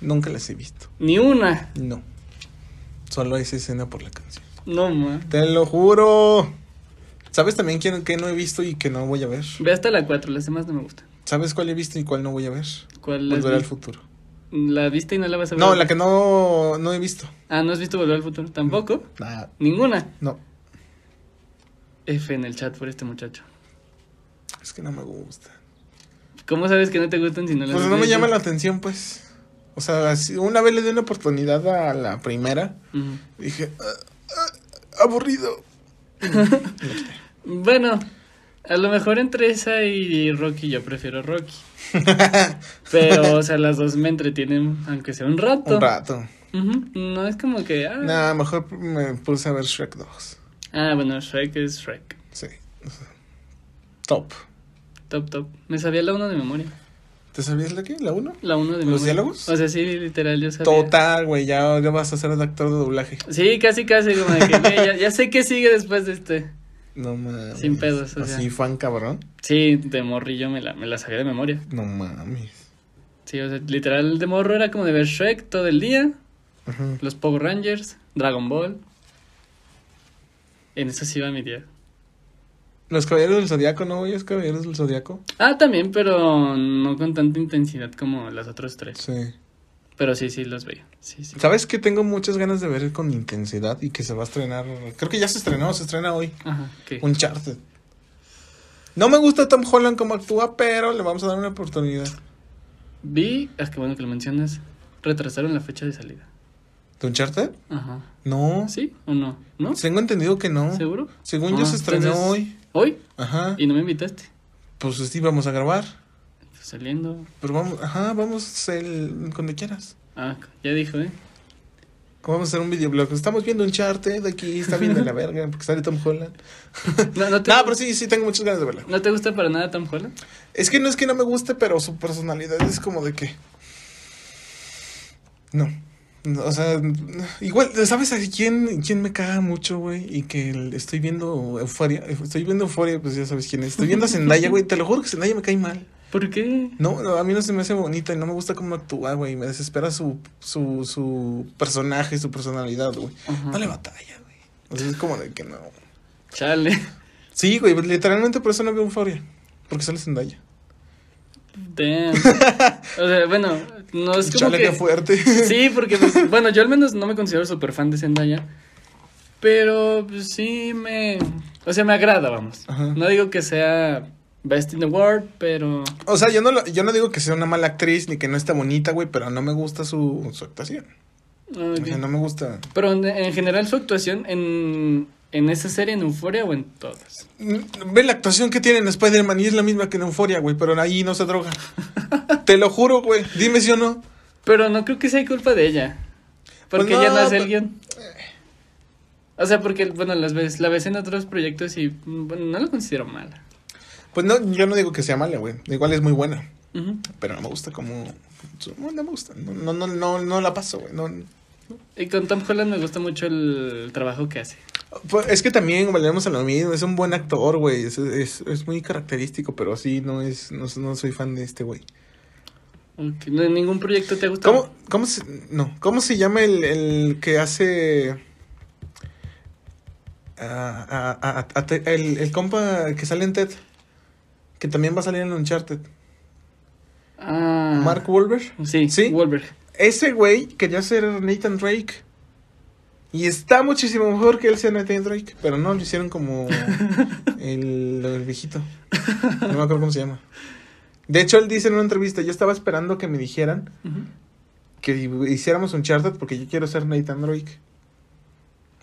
S2: Nunca las he visto.
S1: Ni una.
S2: No. Solo esa escena por la canción.
S1: No, ma.
S2: Te lo juro. ¿Sabes también quién que no he visto y que no voy a ver?
S1: Ve hasta la 4, las demás no me gustan.
S2: ¿Sabes cuál he visto y cuál no voy a ver?
S1: ¿Cuál has
S2: Volver al
S1: vi-
S2: futuro.
S1: ¿La viste y no la vas a ver?
S2: No, la que no, no he visto.
S1: Ah, ¿no has visto Volver al Futuro? ¿Tampoco?
S2: Nah,
S1: Ninguna.
S2: no.
S1: F en el chat por este muchacho.
S2: Es que no me gusta.
S1: ¿Cómo sabes que no te gustan si no las
S2: Pues
S1: has
S2: no me
S1: visto?
S2: llama la atención, pues. O sea, si una vez le di una oportunidad a la primera.
S1: Ujú.
S2: Dije, "Ah, ah, aburrido.
S1: Bueno, a lo mejor entre esa y Rocky yo prefiero
S2: (laughs)
S1: Rocky. Pero, o sea, las dos me entretienen, aunque sea un rato.
S2: Un rato.
S1: Ujú. No es como que. Ah,
S2: Nada, mejor me puse a ver Shrek 2.
S1: ah, bueno, Shrek es Shrek.
S2: Sí. o sea, Top.
S1: Top, top. Me sabía la 1 de memoria.
S2: ¿Te sabías la que? ¿La 1?
S1: La 1 de memoria.
S2: ¿Los diálogos?
S1: O sea, sí, literal, yo sabía.
S2: Total, güey, ya, ya vas a ser el actor de doblaje.
S1: Sí, casi, casi. Como de que, güey, ya, ya sé qué sigue después de este.
S2: No mames.
S1: Sin pedos, o
S2: Así,
S1: sea.
S2: fan cabrón.
S1: Sí, de morrillo me la, me la sabía de memoria.
S2: No mames.
S1: Sí, o sea, literal, de morro era como de ver Shrek todo el día.
S2: Ajá.
S1: Los Power Rangers, Dragon Ball. En eso sí iba mi día.
S2: Los caballeros del zodiaco, ¿no, güey? ¿Es caballeros del zodiaco?
S1: Ah, también, pero no con tanta intensidad como las otras tres.
S2: Sí.
S1: Pero sí, sí, los veía. Sí, sí.
S2: ¿Sabes que tengo muchas ganas de ver con intensidad y que se va a estrenar? Creo que ya se estrenó, se estrena hoy.
S1: Ajá, ¿qué?
S2: Un No me gusta Tom Holland como actúa, pero le vamos a dar una oportunidad.
S1: Vi, ah, qué bueno que lo mencionas. Retrasaron la fecha de salida.
S2: ¿De Uncharted?
S1: Ajá. ¿Ah,
S2: No.
S1: ¿Sí o no? ¿No?
S2: Tengo entendido que no.
S1: ¿Seguro?
S2: Según yo
S1: Ah,
S2: se estrenó
S1: entonces-
S2: hoy.
S1: ¿Hoy?
S2: Ajá.
S1: ¿Y no me invitaste?
S2: Pues sí, vamos a grabar.
S1: Saliendo.
S2: Pero vamos, ajá, vamos el, cuando quieras.
S1: Ah, ya dijo,
S2: (laughs)
S1: ¿eh?
S2: Vamos a hacer un videoblog. Estamos viendo Uncharted aquí, está bien
S1: (laughs)
S2: de la verga, porque sale Tom Holland.
S1: No, no, te,
S2: No, pero sí, sí, tengo muchas ganas de verla.
S1: ¿No te gusta para nada Tom Holland?
S2: Es que no es que no me guste, pero su personalidad es como de que. No. No, O sea, igual, ¿sabes a quién, quién me caga mucho, güey? Y que el- estoy viendo Euforia. Estoy viendo Euforia, pues ya sabes quién es. Estoy viendo a Zendaya, güey. Te lo juro que Zendaya me cae mal.
S1: ¿Por qué?
S2: No, no, a mí no se me hace bonita y no me gusta cómo actúa, güey. Me desespera su, su, su personaje, su personalidad, güey.
S1: Ajá.
S2: No le batalla, güey. O sea, es como de que no.
S1: Chale.
S2: Sí, güey, literalmente por eso no veo Euforia. Porque sale Zendaya. (laughs)
S1: Damn. O sea, bueno, no es Pues como
S2: Chale,
S1: que...
S2: qué fuerte.
S1: Sí, porque, pues, bueno, yo al menos no me considero súper fan de Zendaya. Pero pues, sí me. O sea, me agrada, vamos.
S2: Ajá.
S1: No digo que sea best in the world, pero.
S2: O sea, yo no, lo- yo no digo que sea una mala actriz ni que no esté bonita, güey, pero no me gusta su, su actuación.
S1: ah, ok.
S2: O sea, no me gusta.
S1: Pero en, en general, su actuación en, en esa serie, en Euphoria o en todas.
S2: Mm, Ve la actuación que tiene en Spider-Man y es la misma que en Euforia, güey, pero ahí no se droga. Te lo juro, güey. Dime si o no.
S1: Pero no creo que sea culpa de ella. Porque
S2: Pues no,
S1: ella no hace el
S2: pero-
S1: guión. O sea, porque, bueno, las ves, la ves en otros proyectos y mm, bueno, no la considero mala.
S2: Pues no, yo no digo que sea mala, güey. Igual es muy buena,
S1: Ujú.
S2: pero no me gusta como. su- No, no me gusta. No, no, no, no, no la paso, güey. No,
S1: Y con Tom Holland me gusta mucho el trabajo que hace.
S2: Pues, es que también volvemos a lo mismo. Es un buen actor, güey. Es, es, es muy característico, pero sí, no, es, no, no soy fan de este, güey.
S1: Ok, ¿no- ¿Ningún proyecto te ha gustado?
S2: ¿Cómo, cómo, se, no, ¿Cómo se llama el, el que hace... ah, ah, ah, ah, te- el, el compa que sale en TED? que también va a salir en Uncharted.
S1: Ah.
S2: Mark Wahlberg.
S1: Sí,
S2: Sí.
S1: Wahlberg.
S2: Ese güey quería ser Nathan Drake. Y está muchísimo mejor que él sea Nathan Drake. Pero no, lo hicieron como el, el viejito. No me acuerdo cómo se llama. De hecho, él dice en una entrevista, yo estaba esperando que me dijeran
S1: Ujú.
S2: que hiciéramos un charter porque yo quiero ser Nathan Drake.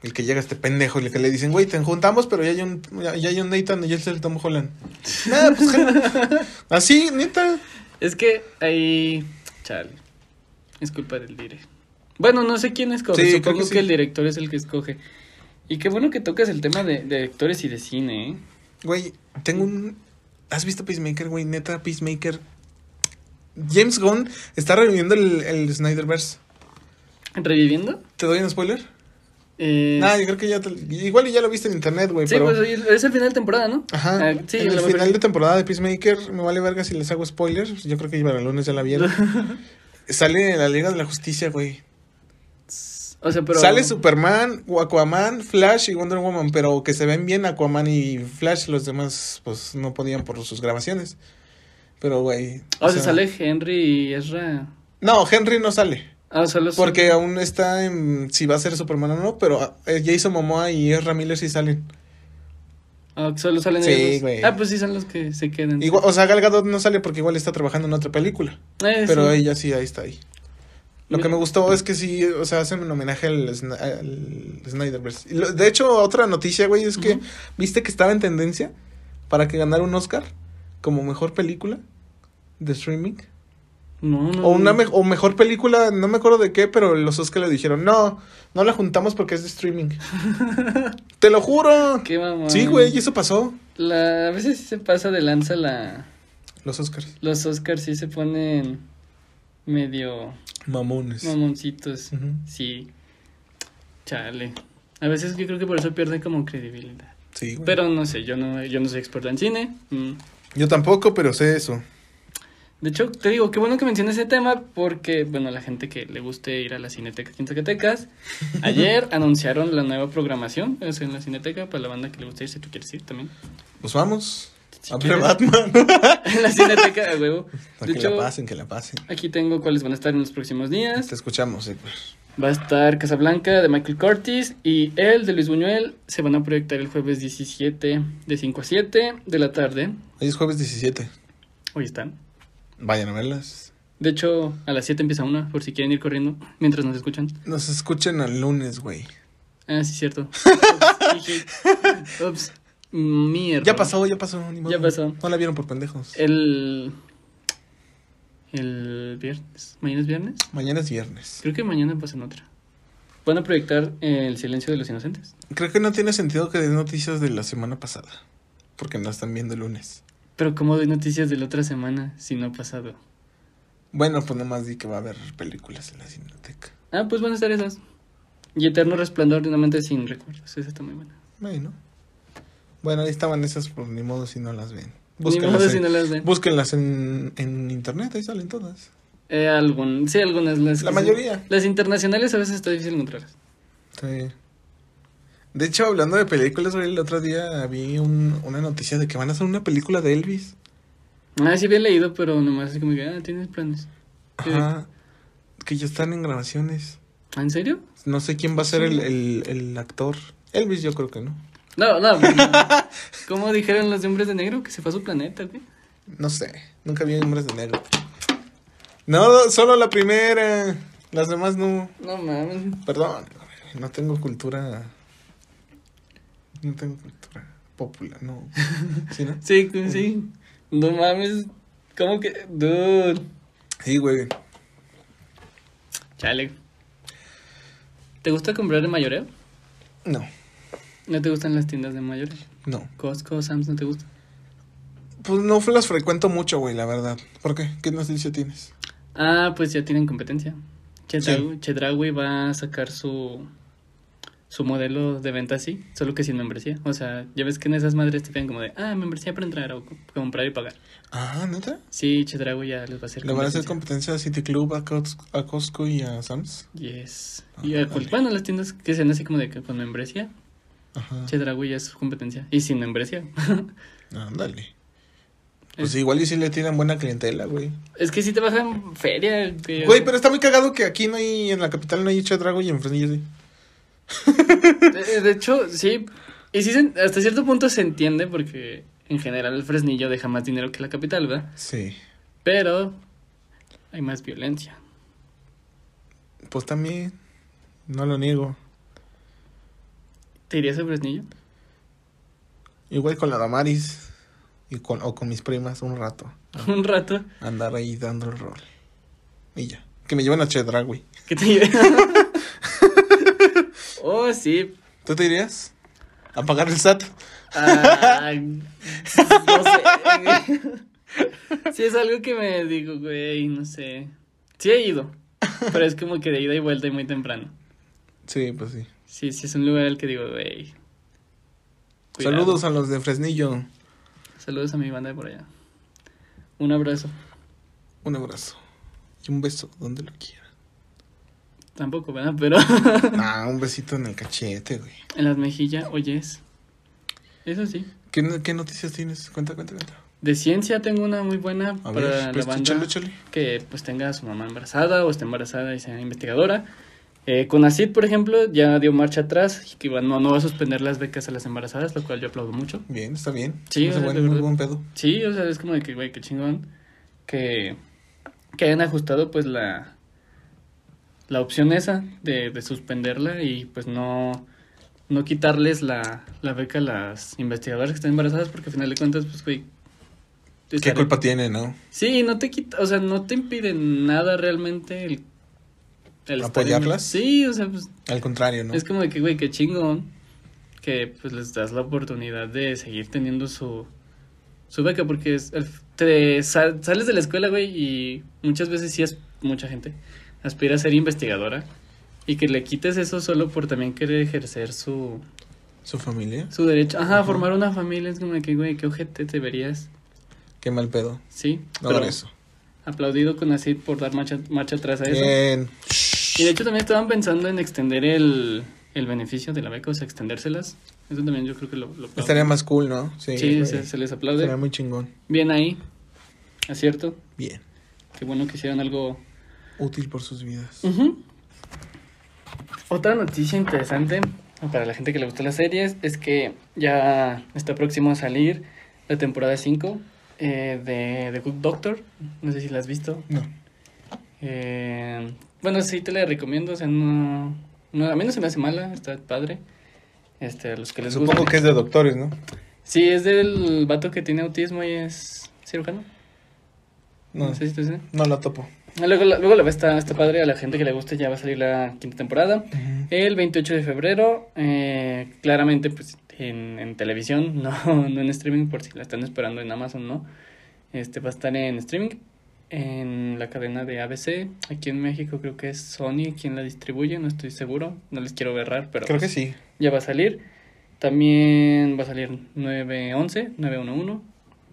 S2: El que llega este pendejo y el que le dicen, güey, te juntamos, pero ya hay un, ya, ya hay un Nathan y él es el Tom Holland. Nada, pues jala. Así, neta.
S1: Es que ahí. Chale. Es culpa del dire. Bueno, no sé quién escoge.
S2: Sí, creo
S1: Supongo
S2: que
S1: que,
S2: sí.
S1: el director es el que escoge. Y qué bueno que tocas el tema de, de actores y de cine, ¿eh?
S2: Güey, tengo un. ¿Has visto Peacemaker, güey? Neta, Peacemaker. James Gunn está reviviendo el, el Snyderverse.
S1: ¿Reviviendo?
S2: ¿Te doy un spoiler?
S1: Eh,
S2: Nah, yo creo que ya. te- igual y ya lo viste en internet, güey.
S1: sí,
S2: pero...
S1: pues es el final de temporada, ¿no?
S2: Ajá.
S1: Ah, sí, a
S2: en el
S1: lo
S2: final
S1: mejor-
S2: de temporada de Peacemaker, me vale verga si les hago spoilers. pues Yo creo que para el lunes ya la
S1: (laughs)
S2: vieron. Sale la Liga de la Justicia, güey.
S1: O sea, pero.
S2: Sale Superman, Aquaman, Flash y Wonder Woman, pero que se ven bien Aquaman y Flash, los demás pues no podían por sus grabaciones. Pero, güey.
S1: O sea, Ah, sale Henry y Ezra.
S2: No, Henry no sale.
S1: Ah, solo
S2: Porque aún está en si va a ser Superman o no, pero ah, eh, Jason Momoa y Ezra Miller sí salen.
S1: ah, solo salen
S2: Sí,
S1: ellos dos.
S2: güey.
S1: Ah, pues sí, son los que se quedan.
S2: Igual- o sea, Gal Gadot no sale porque igual está trabajando en otra película.
S1: Eh,
S2: Pero
S1: sí.
S2: ella sí, ahí está ahí. Lo
S1: Mira.
S2: que me gustó es que sí, o sea, hacen un homenaje al, Sna- al Snyderverse. Y lo- De hecho, otra noticia, güey, es que,
S1: Ujú.
S2: ¿viste que estaba en tendencia para que ganara un Oscar como mejor película de streaming?
S1: No, no.
S2: O una
S1: no.
S2: me- o mejor película, no me acuerdo de qué, pero los Oscar le dijeron, no, no la juntamos porque es de
S1: (laughs)
S2: streaming. Te lo juro.
S1: Qué mamón.
S2: Sí, güey, y eso pasó.
S1: La... A veces sí se pasa de lanza la.
S2: Los Oscars.
S1: Los Oscars sí se ponen medio
S2: Mamones.
S1: mamoncitos.
S2: Ujú.
S1: Sí. Chale. A veces yo creo que por eso pierden como credibilidad.
S2: Sí, güey.
S1: Pero no sé, yo no, yo no soy experta en cine. Mm.
S2: Yo tampoco, pero sé eso.
S1: De hecho, te digo, qué bueno que menciones ese tema porque, bueno, la gente que le guste ir a la Cineteca aquí en Zacatecas, ayer anunciaron la nueva programación es en la Cineteca para la banda que le guste ir, si tú quieres ir también.
S2: Pues vamos.
S1: Si
S2: a ver
S1: quieres.
S2: Batman.
S1: (laughs) en la Cineteca, a huevo.
S2: No,
S1: De
S2: que la
S1: hecho,
S2: pasen, que la pasen.
S1: aquí tengo cuáles van a estar en los próximos días.
S2: Te escuchamos, pues. Héctor.
S1: Va a estar Casablanca de Michael Curtis y el de Luis Buñuel. Se van a proyectar el jueves 17 de 5 a 7 de la tarde.
S2: Hoy es jueves 17.
S1: Hoy están.
S2: Vayan a verlas.
S1: De hecho, a las 7 empieza una, por si quieren ir corriendo mientras nos escuchan.
S2: Nos escuchen al lunes, güey.
S1: Ah, sí,
S2: (laughs)
S1: cierto. Ups, dije- ups, mierda.
S2: Ya pasó, ya pasó. ni modo.
S1: Ya pasó. Eh.
S2: No la vieron por pendejos.
S1: El. El viernes. ¿Mañana es viernes?
S2: Mañana es viernes.
S1: Creo que mañana pasan otra. Van a proyectar eh, El silencio de los inocentes.
S2: Creo que no tiene sentido que den noticias de la semana pasada. Porque no están viendo el lunes.
S1: Pero, ¿cómo doy noticias de la otra semana si no ha pasado?
S2: Bueno, pues nada más di que va a haber películas en la cineteca.
S1: Ah, pues van a estar esas. Y Eterno Resplandor de una mente sin recuerdos. Esa está muy buena.
S2: Bueno. Bueno, ahí estaban esas, por ni modo si no las ven.
S1: Ni
S2: Búsquenlas,
S1: modo
S2: en,
S1: si no las ven.
S2: búsquenlas en, en internet, ahí salen todas.
S1: Eh, algún, sí, algunas. Las
S2: La
S1: que sí.
S2: mayoría.
S1: Las internacionales a veces está difícil encontrarlas.
S2: Sí. De hecho, hablando de películas, güey, el otro día vi un- una noticia de que van a hacer una película de Elvis.
S1: Ah, sí había leído, pero nomás así como que, ah, tienes planes. Sí.
S2: Ajá. Que ya están en grabaciones.
S1: ¿Ah, ¿En serio?
S2: No sé quién va a ser el, el- el actor. Elvis, yo creo que no.
S1: No,
S2: (laughs)
S1: no. pues, no. ¿Cómo dijeron los de hombres de negro? Que se fue a su planeta, güey.
S2: No sé. Nunca vi hombres de negro. No, solo la primera. Las demás no.
S1: No mames.
S2: Perdón. No tengo cultura. No tengo cultura popular, no. ¿Sí, no?
S1: Sí, que sí. No mames. ¿Cómo que? Dude.
S2: Sí, güey.
S1: Chale. ¿Te gusta comprar en mayoreo?
S2: No,
S1: ¿No te gustan las tiendas de mayoreo?
S2: no.
S1: Costco, Sam's, ¿no te gusta?
S2: Pues no las frecuento mucho, güey, la verdad. ¿Por qué? ¿Qué noticia tienes?
S1: Ah, pues ya tienen competencia. Chedraui
S2: Sí.
S1: va a sacar su su modelo de venta así, solo que sin membresía. O sea, ya ves que en esas madres te piden como de, ah, membresía para entrar o co- comprar y pagar.
S2: Ah, ¿neta?
S1: Sí, Chedraui ya les va a hacer
S2: ¿Le van a hacer
S1: competencia.
S2: competencia a City Club, a, Cots- a Costco y a Sam's?
S1: Yes.
S2: Ah,
S1: Y a cual-
S2: vale.
S1: bueno, las tiendas que sean así como de que con membresía,
S2: Ajá. Ah.
S1: Chedraui ya es su competencia. Y sin membresía.
S2: Ah, dale.
S1: Eso
S2: Pues igual y sí le tienen buena clientela, güey.
S1: (laughs) Es que sí te bajan feria, güey. (laughs)
S2: Güey, pero está muy cagado que aquí no hay, en la capital no hay hecho drago y en Fresnillo sí.
S1: Eh, De, de hecho, sí. Y sí, se- hasta cierto punto se entiende porque en general el Fresnillo deja más dinero que la capital, ¿verdad?
S2: Sí.
S1: Pero hay más violencia.
S2: Pues también, no lo niego.
S1: ¿Te irías a Fresnillo?
S2: Igual con la Damaris y con, o con mis primas un rato.
S1: (laughs) Un rato.
S2: Andar ahí dando el rol. Y ya. Que me lleven a Chedra, güey.
S1: ¿Qué te
S2: (laughs)
S1: lleve? (laughs) oh, sí.
S2: ¿Tú te irías? ¿A pagar el SAT?
S1: Ah, no sé. güey. Sí, es algo que me digo, güey, no sé. Sí he ido, pero es como que de ida y vuelta y muy temprano.
S2: Sí, pues sí.
S1: Sí, sí es un lugar al que digo, güey. cuidado.
S2: Saludos a los de Fresnillo.
S1: Saludos a mi banda de por allá. Un abrazo.
S2: Un abrazo. Y un beso donde lo quiera.
S1: Tampoco, ¿verdad? Pero (laughs)
S2: Ah, un besito en el cachete, güey.
S1: en las mejillas, oyes. Eso sí.
S2: ¿Qué, no- qué noticias tienes? Cuenta, cuenta, cuenta.
S1: De ciencia tengo una muy buena
S2: A
S1: para
S2: ver, pues
S1: la banda.
S2: échale, échale.
S1: que pues tenga a su mamá embarazada o esté embarazada y sea investigadora. Eh, Conacid, por ejemplo, ya dio marcha atrás y que bueno, no va a suspender las becas a las embarazadas, lo cual yo aplaudo mucho.
S2: Bien, está bien.
S1: Sí,
S2: no se
S1: o sea,
S2: vuelve
S1: de-
S2: ningún pedo.
S1: Sí, o sea, es como de que, güey, qué chingón que, que hayan ajustado pues la, la opción esa de, de suspenderla y pues no, no quitarles la, la beca a las investigadoras que están embarazadas porque al final de cuentas, pues, güey...
S2: ¿Qué
S1: estaré-
S2: culpa tiene, no?
S1: Sí, no te quita, o sea, no te impide nada realmente el, el estar en-
S2: ¿Apoyarlas?
S1: Sí, o sea, pues
S2: Al contrario, ¿no?
S1: es como de que, güey, qué chingón que pues les das la oportunidad de seguir teniendo su, su beca, porque es, el- te sal- sales de la escuela, güey, y muchas veces sí es mucha gente aspira a ser investigadora y que le quites eso solo por también querer ejercer su,
S2: Su familia.
S1: su derecho. Ajá,
S2: Ajá.
S1: formar una familia es como de que, güey, qué ojete te verías.
S2: Qué mal pedo.
S1: Sí,
S2: No
S1: pero-
S2: hagan eso.
S1: aplaudido con ACID por dar marcha, marcha atrás a eso.
S2: Bien.
S1: Y de hecho también estaban pensando en extender el, el beneficio de la beca, o sea, extendérselas. Eso también yo creo que lo... lo aplaudo.
S2: Estaría más cool, ¿no?
S1: Sí,
S2: güey.
S1: se, se les aplaude.
S2: Estaría muy chingón.
S1: Bien ahí, acierto.
S2: Bien.
S1: Qué bueno que hicieran algo...
S2: Útil por sus vidas.
S1: Ujú. Otra noticia interesante para la gente que le gustan las series es que ya está próximo a salir la temporada 5 eh, de The Good Doctor. No sé si la has visto.
S2: No.
S1: Eh, bueno, sí te la recomiendo, o sea, no, no, a mí no se me hace mala, está padre. Este, a los que les
S2: Supongo
S1: gusta.
S2: que es de doctores, ¿no?
S1: Sí, es del vato que tiene autismo y es cirujano. No,
S2: No,
S1: sé si te suena.
S2: no la topo.
S1: Ah, Luego, la- luego la ves, está, está padre, a la gente que le guste ya va a salir la quinta temporada. El 28 de febrero, eh, claramente pues en, en televisión, (laughs) no, no en streaming, por si la están esperando en Amazon, ¿no? Este va a estar en streaming, en la cadena de ABC, aquí en México creo que es Sony quien la distribuye, no estoy seguro, no les quiero berrar, pero
S2: Creo que
S1: pues,
S2: sí.
S1: ya va a salir. También va a salir 911, 911,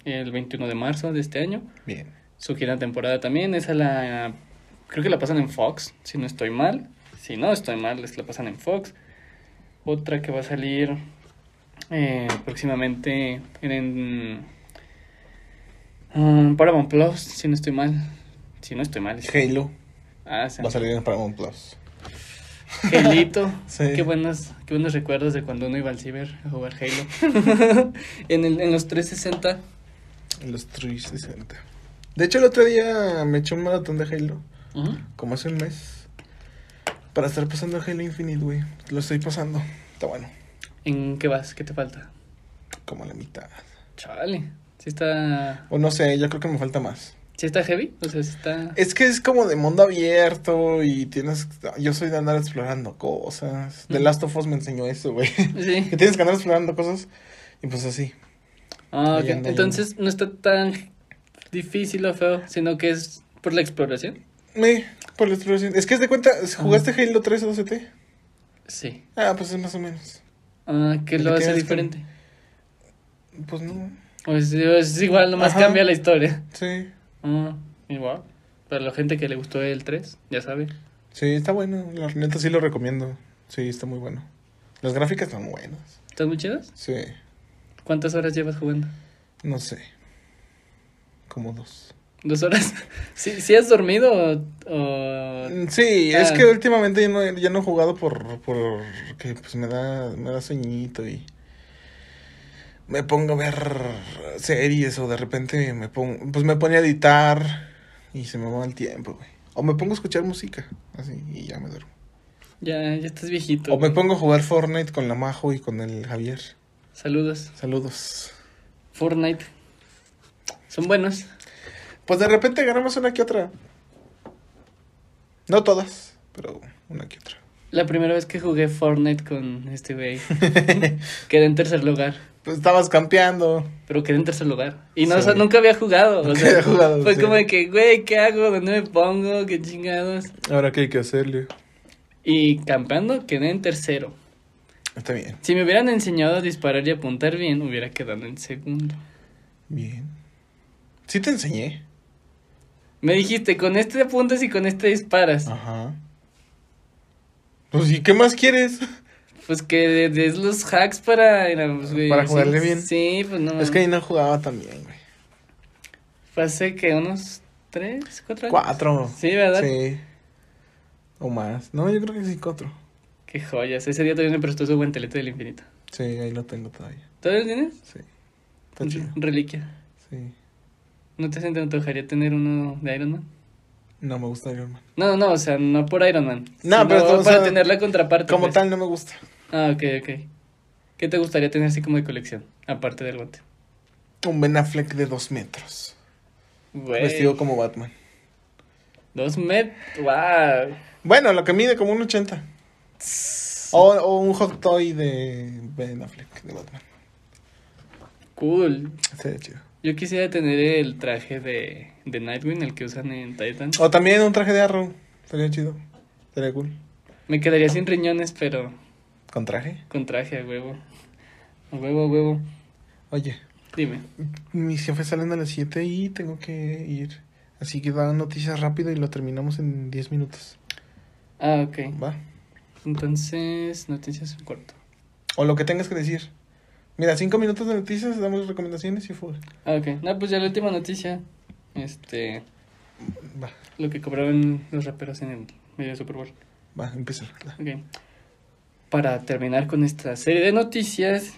S1: el 21 de marzo de este año.
S2: Bien.
S1: Su quinta temporada también, esa la... Creo que la pasan en Fox, si no estoy mal. Si no estoy mal, les la pasan en Fox. Otra que va a salir eh, próximamente en, en, ah, Paramount Plus, si no estoy mal. Si no estoy mal. es-
S2: Halo
S1: Ah, sí.
S2: va a salir en Paramount Plus.
S1: Helito.
S2: (laughs) Sí.
S1: Qué, buenos, qué buenos recuerdos de cuando uno iba al ciber a jugar
S2: (laughs)
S1: Halo. en, el, en los 360.
S2: En los 360. De hecho, el otro día me eché un maratón de Halo.
S1: Ujú.
S2: Como hace un mes. Para estar pasando Halo Infinite, güey. Lo estoy pasando. Está bueno.
S1: ¿En qué vas? ¿Qué te falta?
S2: Como la mitad.
S1: Chale. Sí está...
S2: O no sé, yo creo que me falta más.
S1: ¿Sí está heavy? O sea, sí está...
S2: Es que es como de mundo abierto y tienes... Yo soy de andar explorando cosas. The Last of Us me enseñó eso, güey. (laughs)
S1: Sí.
S2: Que tienes que andar explorando cosas. Y pues así.
S1: Ah, ok.
S2: Ahí anda, ahí
S1: Entonces no está tan difícil o feo, sino que es por la exploración.
S2: Me, por la exploración. Es que es de cuenta, ¿jugaste Halo 3 o 2CT?
S1: Sí.
S2: Ah, pues es más o menos.
S1: Ah, ¿qué
S2: ¿Y
S1: lo
S2: qué
S1: hace
S2: tienes que-
S1: diferente?
S2: Pues no.
S1: O sea, es igual, nomás
S2: Ajá.
S1: cambia la historia.
S2: Sí.
S1: Ah, igual. Para la gente que le gustó el 3, ya sabe.
S2: Sí, está bueno. La neta sí lo recomiendo. Sí, está muy bueno. Las gráficas están buenas.
S1: ¿Están muy chidas?
S2: Sí.
S1: ¿Cuántas horas llevas jugando?
S2: No sé. Como dos.
S1: ¿Dos horas? (laughs) ¿Sí, sí has dormido o...? o-
S2: Sí,
S1: Ah.
S2: es que últimamente ya no, ya no he jugado por, por que pues me da, me da sueñito y me pongo a ver series o de repente me pongo, pues me ponía a editar y se me va el tiempo, güey. O me pongo a escuchar música, así, y ya me duermo.
S1: Ya, ya estás viejito.
S2: O me
S1: güey.
S2: pongo a jugar Fortnite con la Majo y con el Javier.
S1: Saludos.
S2: Saludos.
S1: Fortnite. Son buenos.
S2: Pues de repente agarramos una que otra. No todas, pero una que otra. (laughs)
S1: La primera vez que jugué Fortnite con este güey, quedé en tercer lugar.
S2: pues estabas campeando.
S1: Pero quedé en tercer lugar. Y no, o sea,
S2: Sí.
S1: nunca había jugado. O
S2: Nunca
S1: sea,
S2: había jugado,
S1: fue
S2: sí.
S1: como de que, güey, ¿qué hago? ¿Dónde me pongo? ¿Qué chingados?
S2: Ahora qué hay que hacerle.
S1: Y campeando quedé en tercero.
S2: Está bien.
S1: Si me hubieran enseñado a disparar y apuntar bien, hubiera quedado en segundo.
S2: Bien. Sí te enseñé.
S1: Me dijiste, con este apuntas y con este disparas.
S2: Ajá. Pues ¿y qué más quieres?
S1: Pues que des los hacks para... era, pues, güey,
S2: Para
S1: sí,
S2: jugarle bien.
S1: Sí, pues no.
S2: Es que ahí no jugaba también, güey.
S1: Fue hace que unos tres, cuatro años.
S2: Cuatro.
S1: Sí, ¿verdad?
S2: Sí. O más. No, yo creo que sí, cuatro.
S1: Qué joyas. Ese día todavía me prestó su guantelete del infinito.
S2: Sí, ahí lo tengo todavía.
S1: ¿Todavía lo tienes?
S2: Sí. Está chido.
S1: Reliquia.
S2: Sí.
S1: ¿No te se te antojaría tener uno de Iron Man?
S2: No me gusta Iron Man.
S1: No, no, o sea, no por Iron Man.
S2: No,
S1: sino
S2: pero, o
S1: para
S2: sea,
S1: tener la contraparte.
S2: Como
S1: pues.
S2: tal, no me gusta.
S1: Ah, ok, ok. ¿Qué te gustaría tener así como de colección? Aparte del guante.
S2: Un Ben Affleck de dos metros.
S1: Güey,
S2: Vestido como Batman.
S1: Dos met... ¡Wow!
S2: Bueno, lo que mide como un 80. O, o un hot toy de Ben Affleck de Batman.
S1: Cool.
S2: Estaría chido.
S1: Yo quisiera tener el traje de, de Nightwing, el que usan en Titan.
S2: O también un traje de Arrow. Estaría chido. Estaría cool.
S1: Me quedaría sin riñones, pero
S2: ¿Con traje?
S1: con traje a huevo. A huevo, a huevo.
S2: Oye,
S1: Dime.
S2: mis jefes salen a las 7 y tengo que ir. Así que dan noticias rápido y lo terminamos en 10 minutos.
S1: Ah, ok.
S2: ¿Va?
S1: Entonces, noticias en corto.
S2: O lo que tengas que decir. Mira, 5 minutos de noticias, damos recomendaciones y fuga.
S1: Ah, ok. No, pues ya la última noticia. Este,
S2: Va,
S1: lo que cobraban los raperos en el medio de Super Bowl.
S2: va, empieza.
S1: Ok. Para terminar con esta serie de noticias,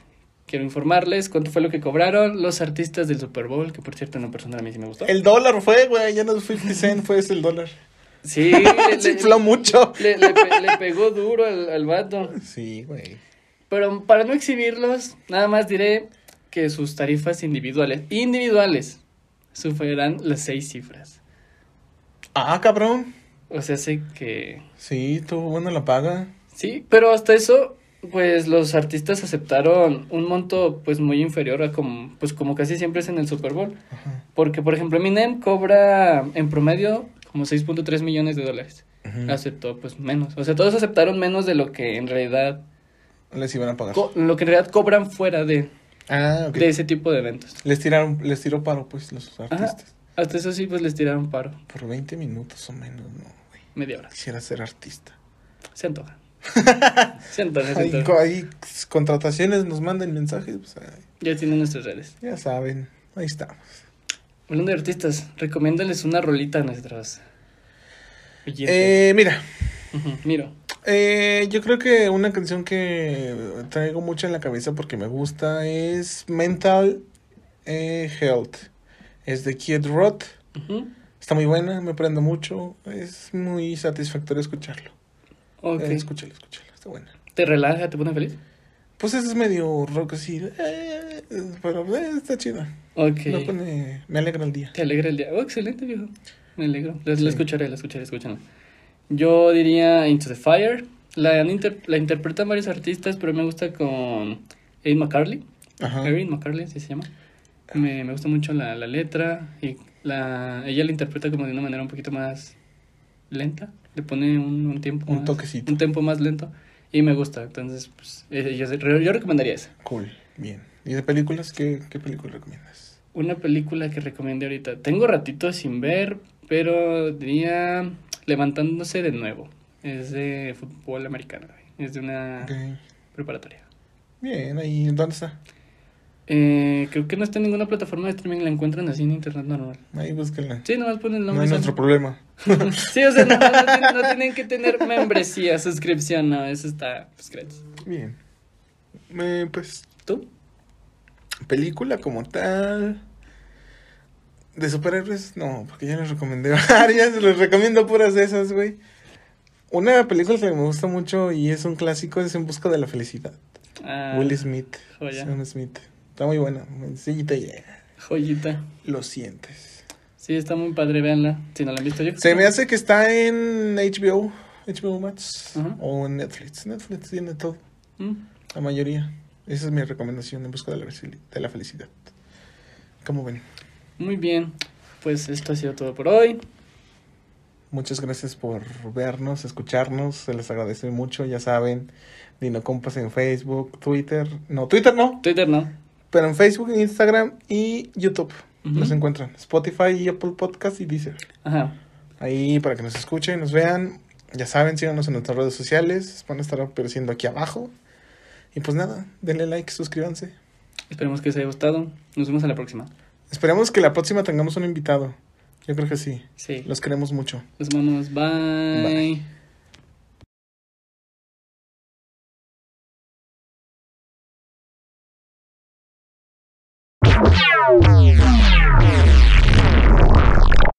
S1: quiero informarles cuánto fue lo que cobraron los artistas del Super Bowl, que por cierto, en lo personal a mí sí me gustó.
S2: El dólar fue, güey. Ya no fue 50 cent, fue ese el dólar. (laughs)
S1: Sí, le,
S2: Se
S1: le-
S2: infló mucho.
S1: le- le pe- le pegó duro al, al vato.
S2: Sí, güey.
S1: Pero para no exhibirlos, nada más diré que sus tarifas individuales, individuales, superarán las seis cifras.
S2: Ah, cabrón.
S1: O sea, sé que...
S2: Sí, tuvo buena la paga.
S1: Sí, pero hasta eso, pues los artistas aceptaron un monto pues muy inferior a como, pues como casi siempre es en el Super Bowl.
S2: Ajá.
S1: Porque, por ejemplo, Eminem cobra en promedio como 6.3 millones de dólares.
S2: Ujú.
S1: Aceptó pues menos. O sea, todos aceptaron menos de lo que en realidad,
S2: Les iban a pagar.
S1: co- lo que en realidad cobran fuera de,
S2: Ah, ok.
S1: de ese tipo de eventos.
S2: Les tiraron, les tiró paro, pues, los artistas.
S1: Hasta eso sí, pues les tiraron paro.
S2: Por 20 minutos o menos, no, güey.
S1: Media hora.
S2: Quisiera ser artista.
S1: Se
S2: (laughs)
S1: antoja. se antoja, se
S2: Ahí,
S1: antoja.
S2: co- ahí, s- contrataciones nos manden mensajes, pues, ay,
S1: Ya tienen nuestras redes.
S2: ya saben. Ahí estamos.
S1: Hablando de artistas, recomiéndales una rolita a nuestras. oyentes.
S2: Eh, mira,
S1: Ujú, Miro.
S2: eh, yo creo que una canción que traigo mucho en la cabeza porque me gusta es Mental eh, Health. Es de Kid Roth. Eh,
S1: Ujú.
S2: Está muy buena, me prendo mucho. Es muy satisfactorio escucharlo.
S1: Ok.
S2: Eh, escúchalo, escúchalo. Está buena.
S1: ¿Te relaja? ¿Te pone feliz?
S2: Pues es medio rock así, eh, pero eh, está chida.
S1: Ok.
S2: Me pone- me alegra el día.
S1: Te alegra el día. Oh, excelente, viejo. Me alegro. La, la
S2: Sí.
S1: escucharé, la escucharé, escúchala. Yo diría Into the Fire. La, han inter- la interpretan varios artistas, pero me gusta con Aid McCarley.
S2: Ajá.
S1: Erin McCarley, así se llama. Me, me gusta mucho la, la letra y la, ella la interpreta como de una manera un poquito más lenta. Le pone un, un tiempo
S2: Un
S1: más-
S2: toquecito.
S1: Un tiempo más lento y me gusta. Entonces, pues, eh, yo, re- yo recomendaría esa.
S2: Cool, bien. ¿Y de películas? ¿Qué, qué película recomiendas?
S1: Una película que recomiendo ahorita. Tengo ratito sin ver, pero diría Levantándose de nuevo. Es de fútbol Ah. americano. güey. Es de una
S2: Ok.
S1: preparatoria.
S2: Bien, ahí, ¿dónde está?
S1: Eh, creo que no está en ninguna plataforma de streaming, la encuentran así en internet normal.
S2: Ahí búsquenla.
S1: Sí, nomás ponen el
S2: No
S1: nombre. y
S2: es
S1: sale.
S2: nuestro (laughs) problema.
S1: (laughs) Sí, o sea, no, no tienen- no tienen que tener membresía, suscripción, no, eso está pues, gratis.
S2: Bien. Eh, pues,
S1: ¿Tú?
S2: película como tal. De superhéroes, no, porque ya les recomendé (laughs) varias. Les recomiendo puras de esas, güey. Una película que me gusta mucho y es un clásico es En Busca de la Felicidad.
S1: Ah,
S2: Will Smith.
S1: joya.
S2: Sam Smith. Está muy buena. Sí, te llega.
S1: Joyita.
S2: Lo sientes.
S1: Sí, está muy padre, véanla. Si no la han visto yo.
S2: Se me hace que está en HBO, HBO Max
S1: Ajá.
S2: o en Netflix. Netflix tiene todo,
S1: Mm,
S2: la mayoría. Esa es mi recomendación en busca de la, fel- de la felicidad. Como ven,
S1: Muy bien. Pues esto ha sido todo por hoy.
S2: muchas gracias por vernos, escucharnos. Se les agradece mucho. Ya saben, Dino Compas en Facebook, Twitter. No, Twitter no,
S1: Twitter no.
S2: pero en Facebook, Instagram y YouTube.
S1: Ujú.
S2: Nos encuentran Spotify y Apple Podcast y Deezer.
S1: Ajá.
S2: Ahí para que nos escuchen, nos vean. Ya saben, síganos en nuestras redes sociales. Van a estar apareciendo aquí abajo. Y pues nada, denle like, suscríbanse.
S1: Esperemos que les haya gustado. Nos vemos a la próxima.
S2: Esperemos que la próxima tengamos un invitado. Yo creo que sí.
S1: Sí.
S2: Los queremos mucho.
S1: Nos vemos. Bye.
S2: Bye.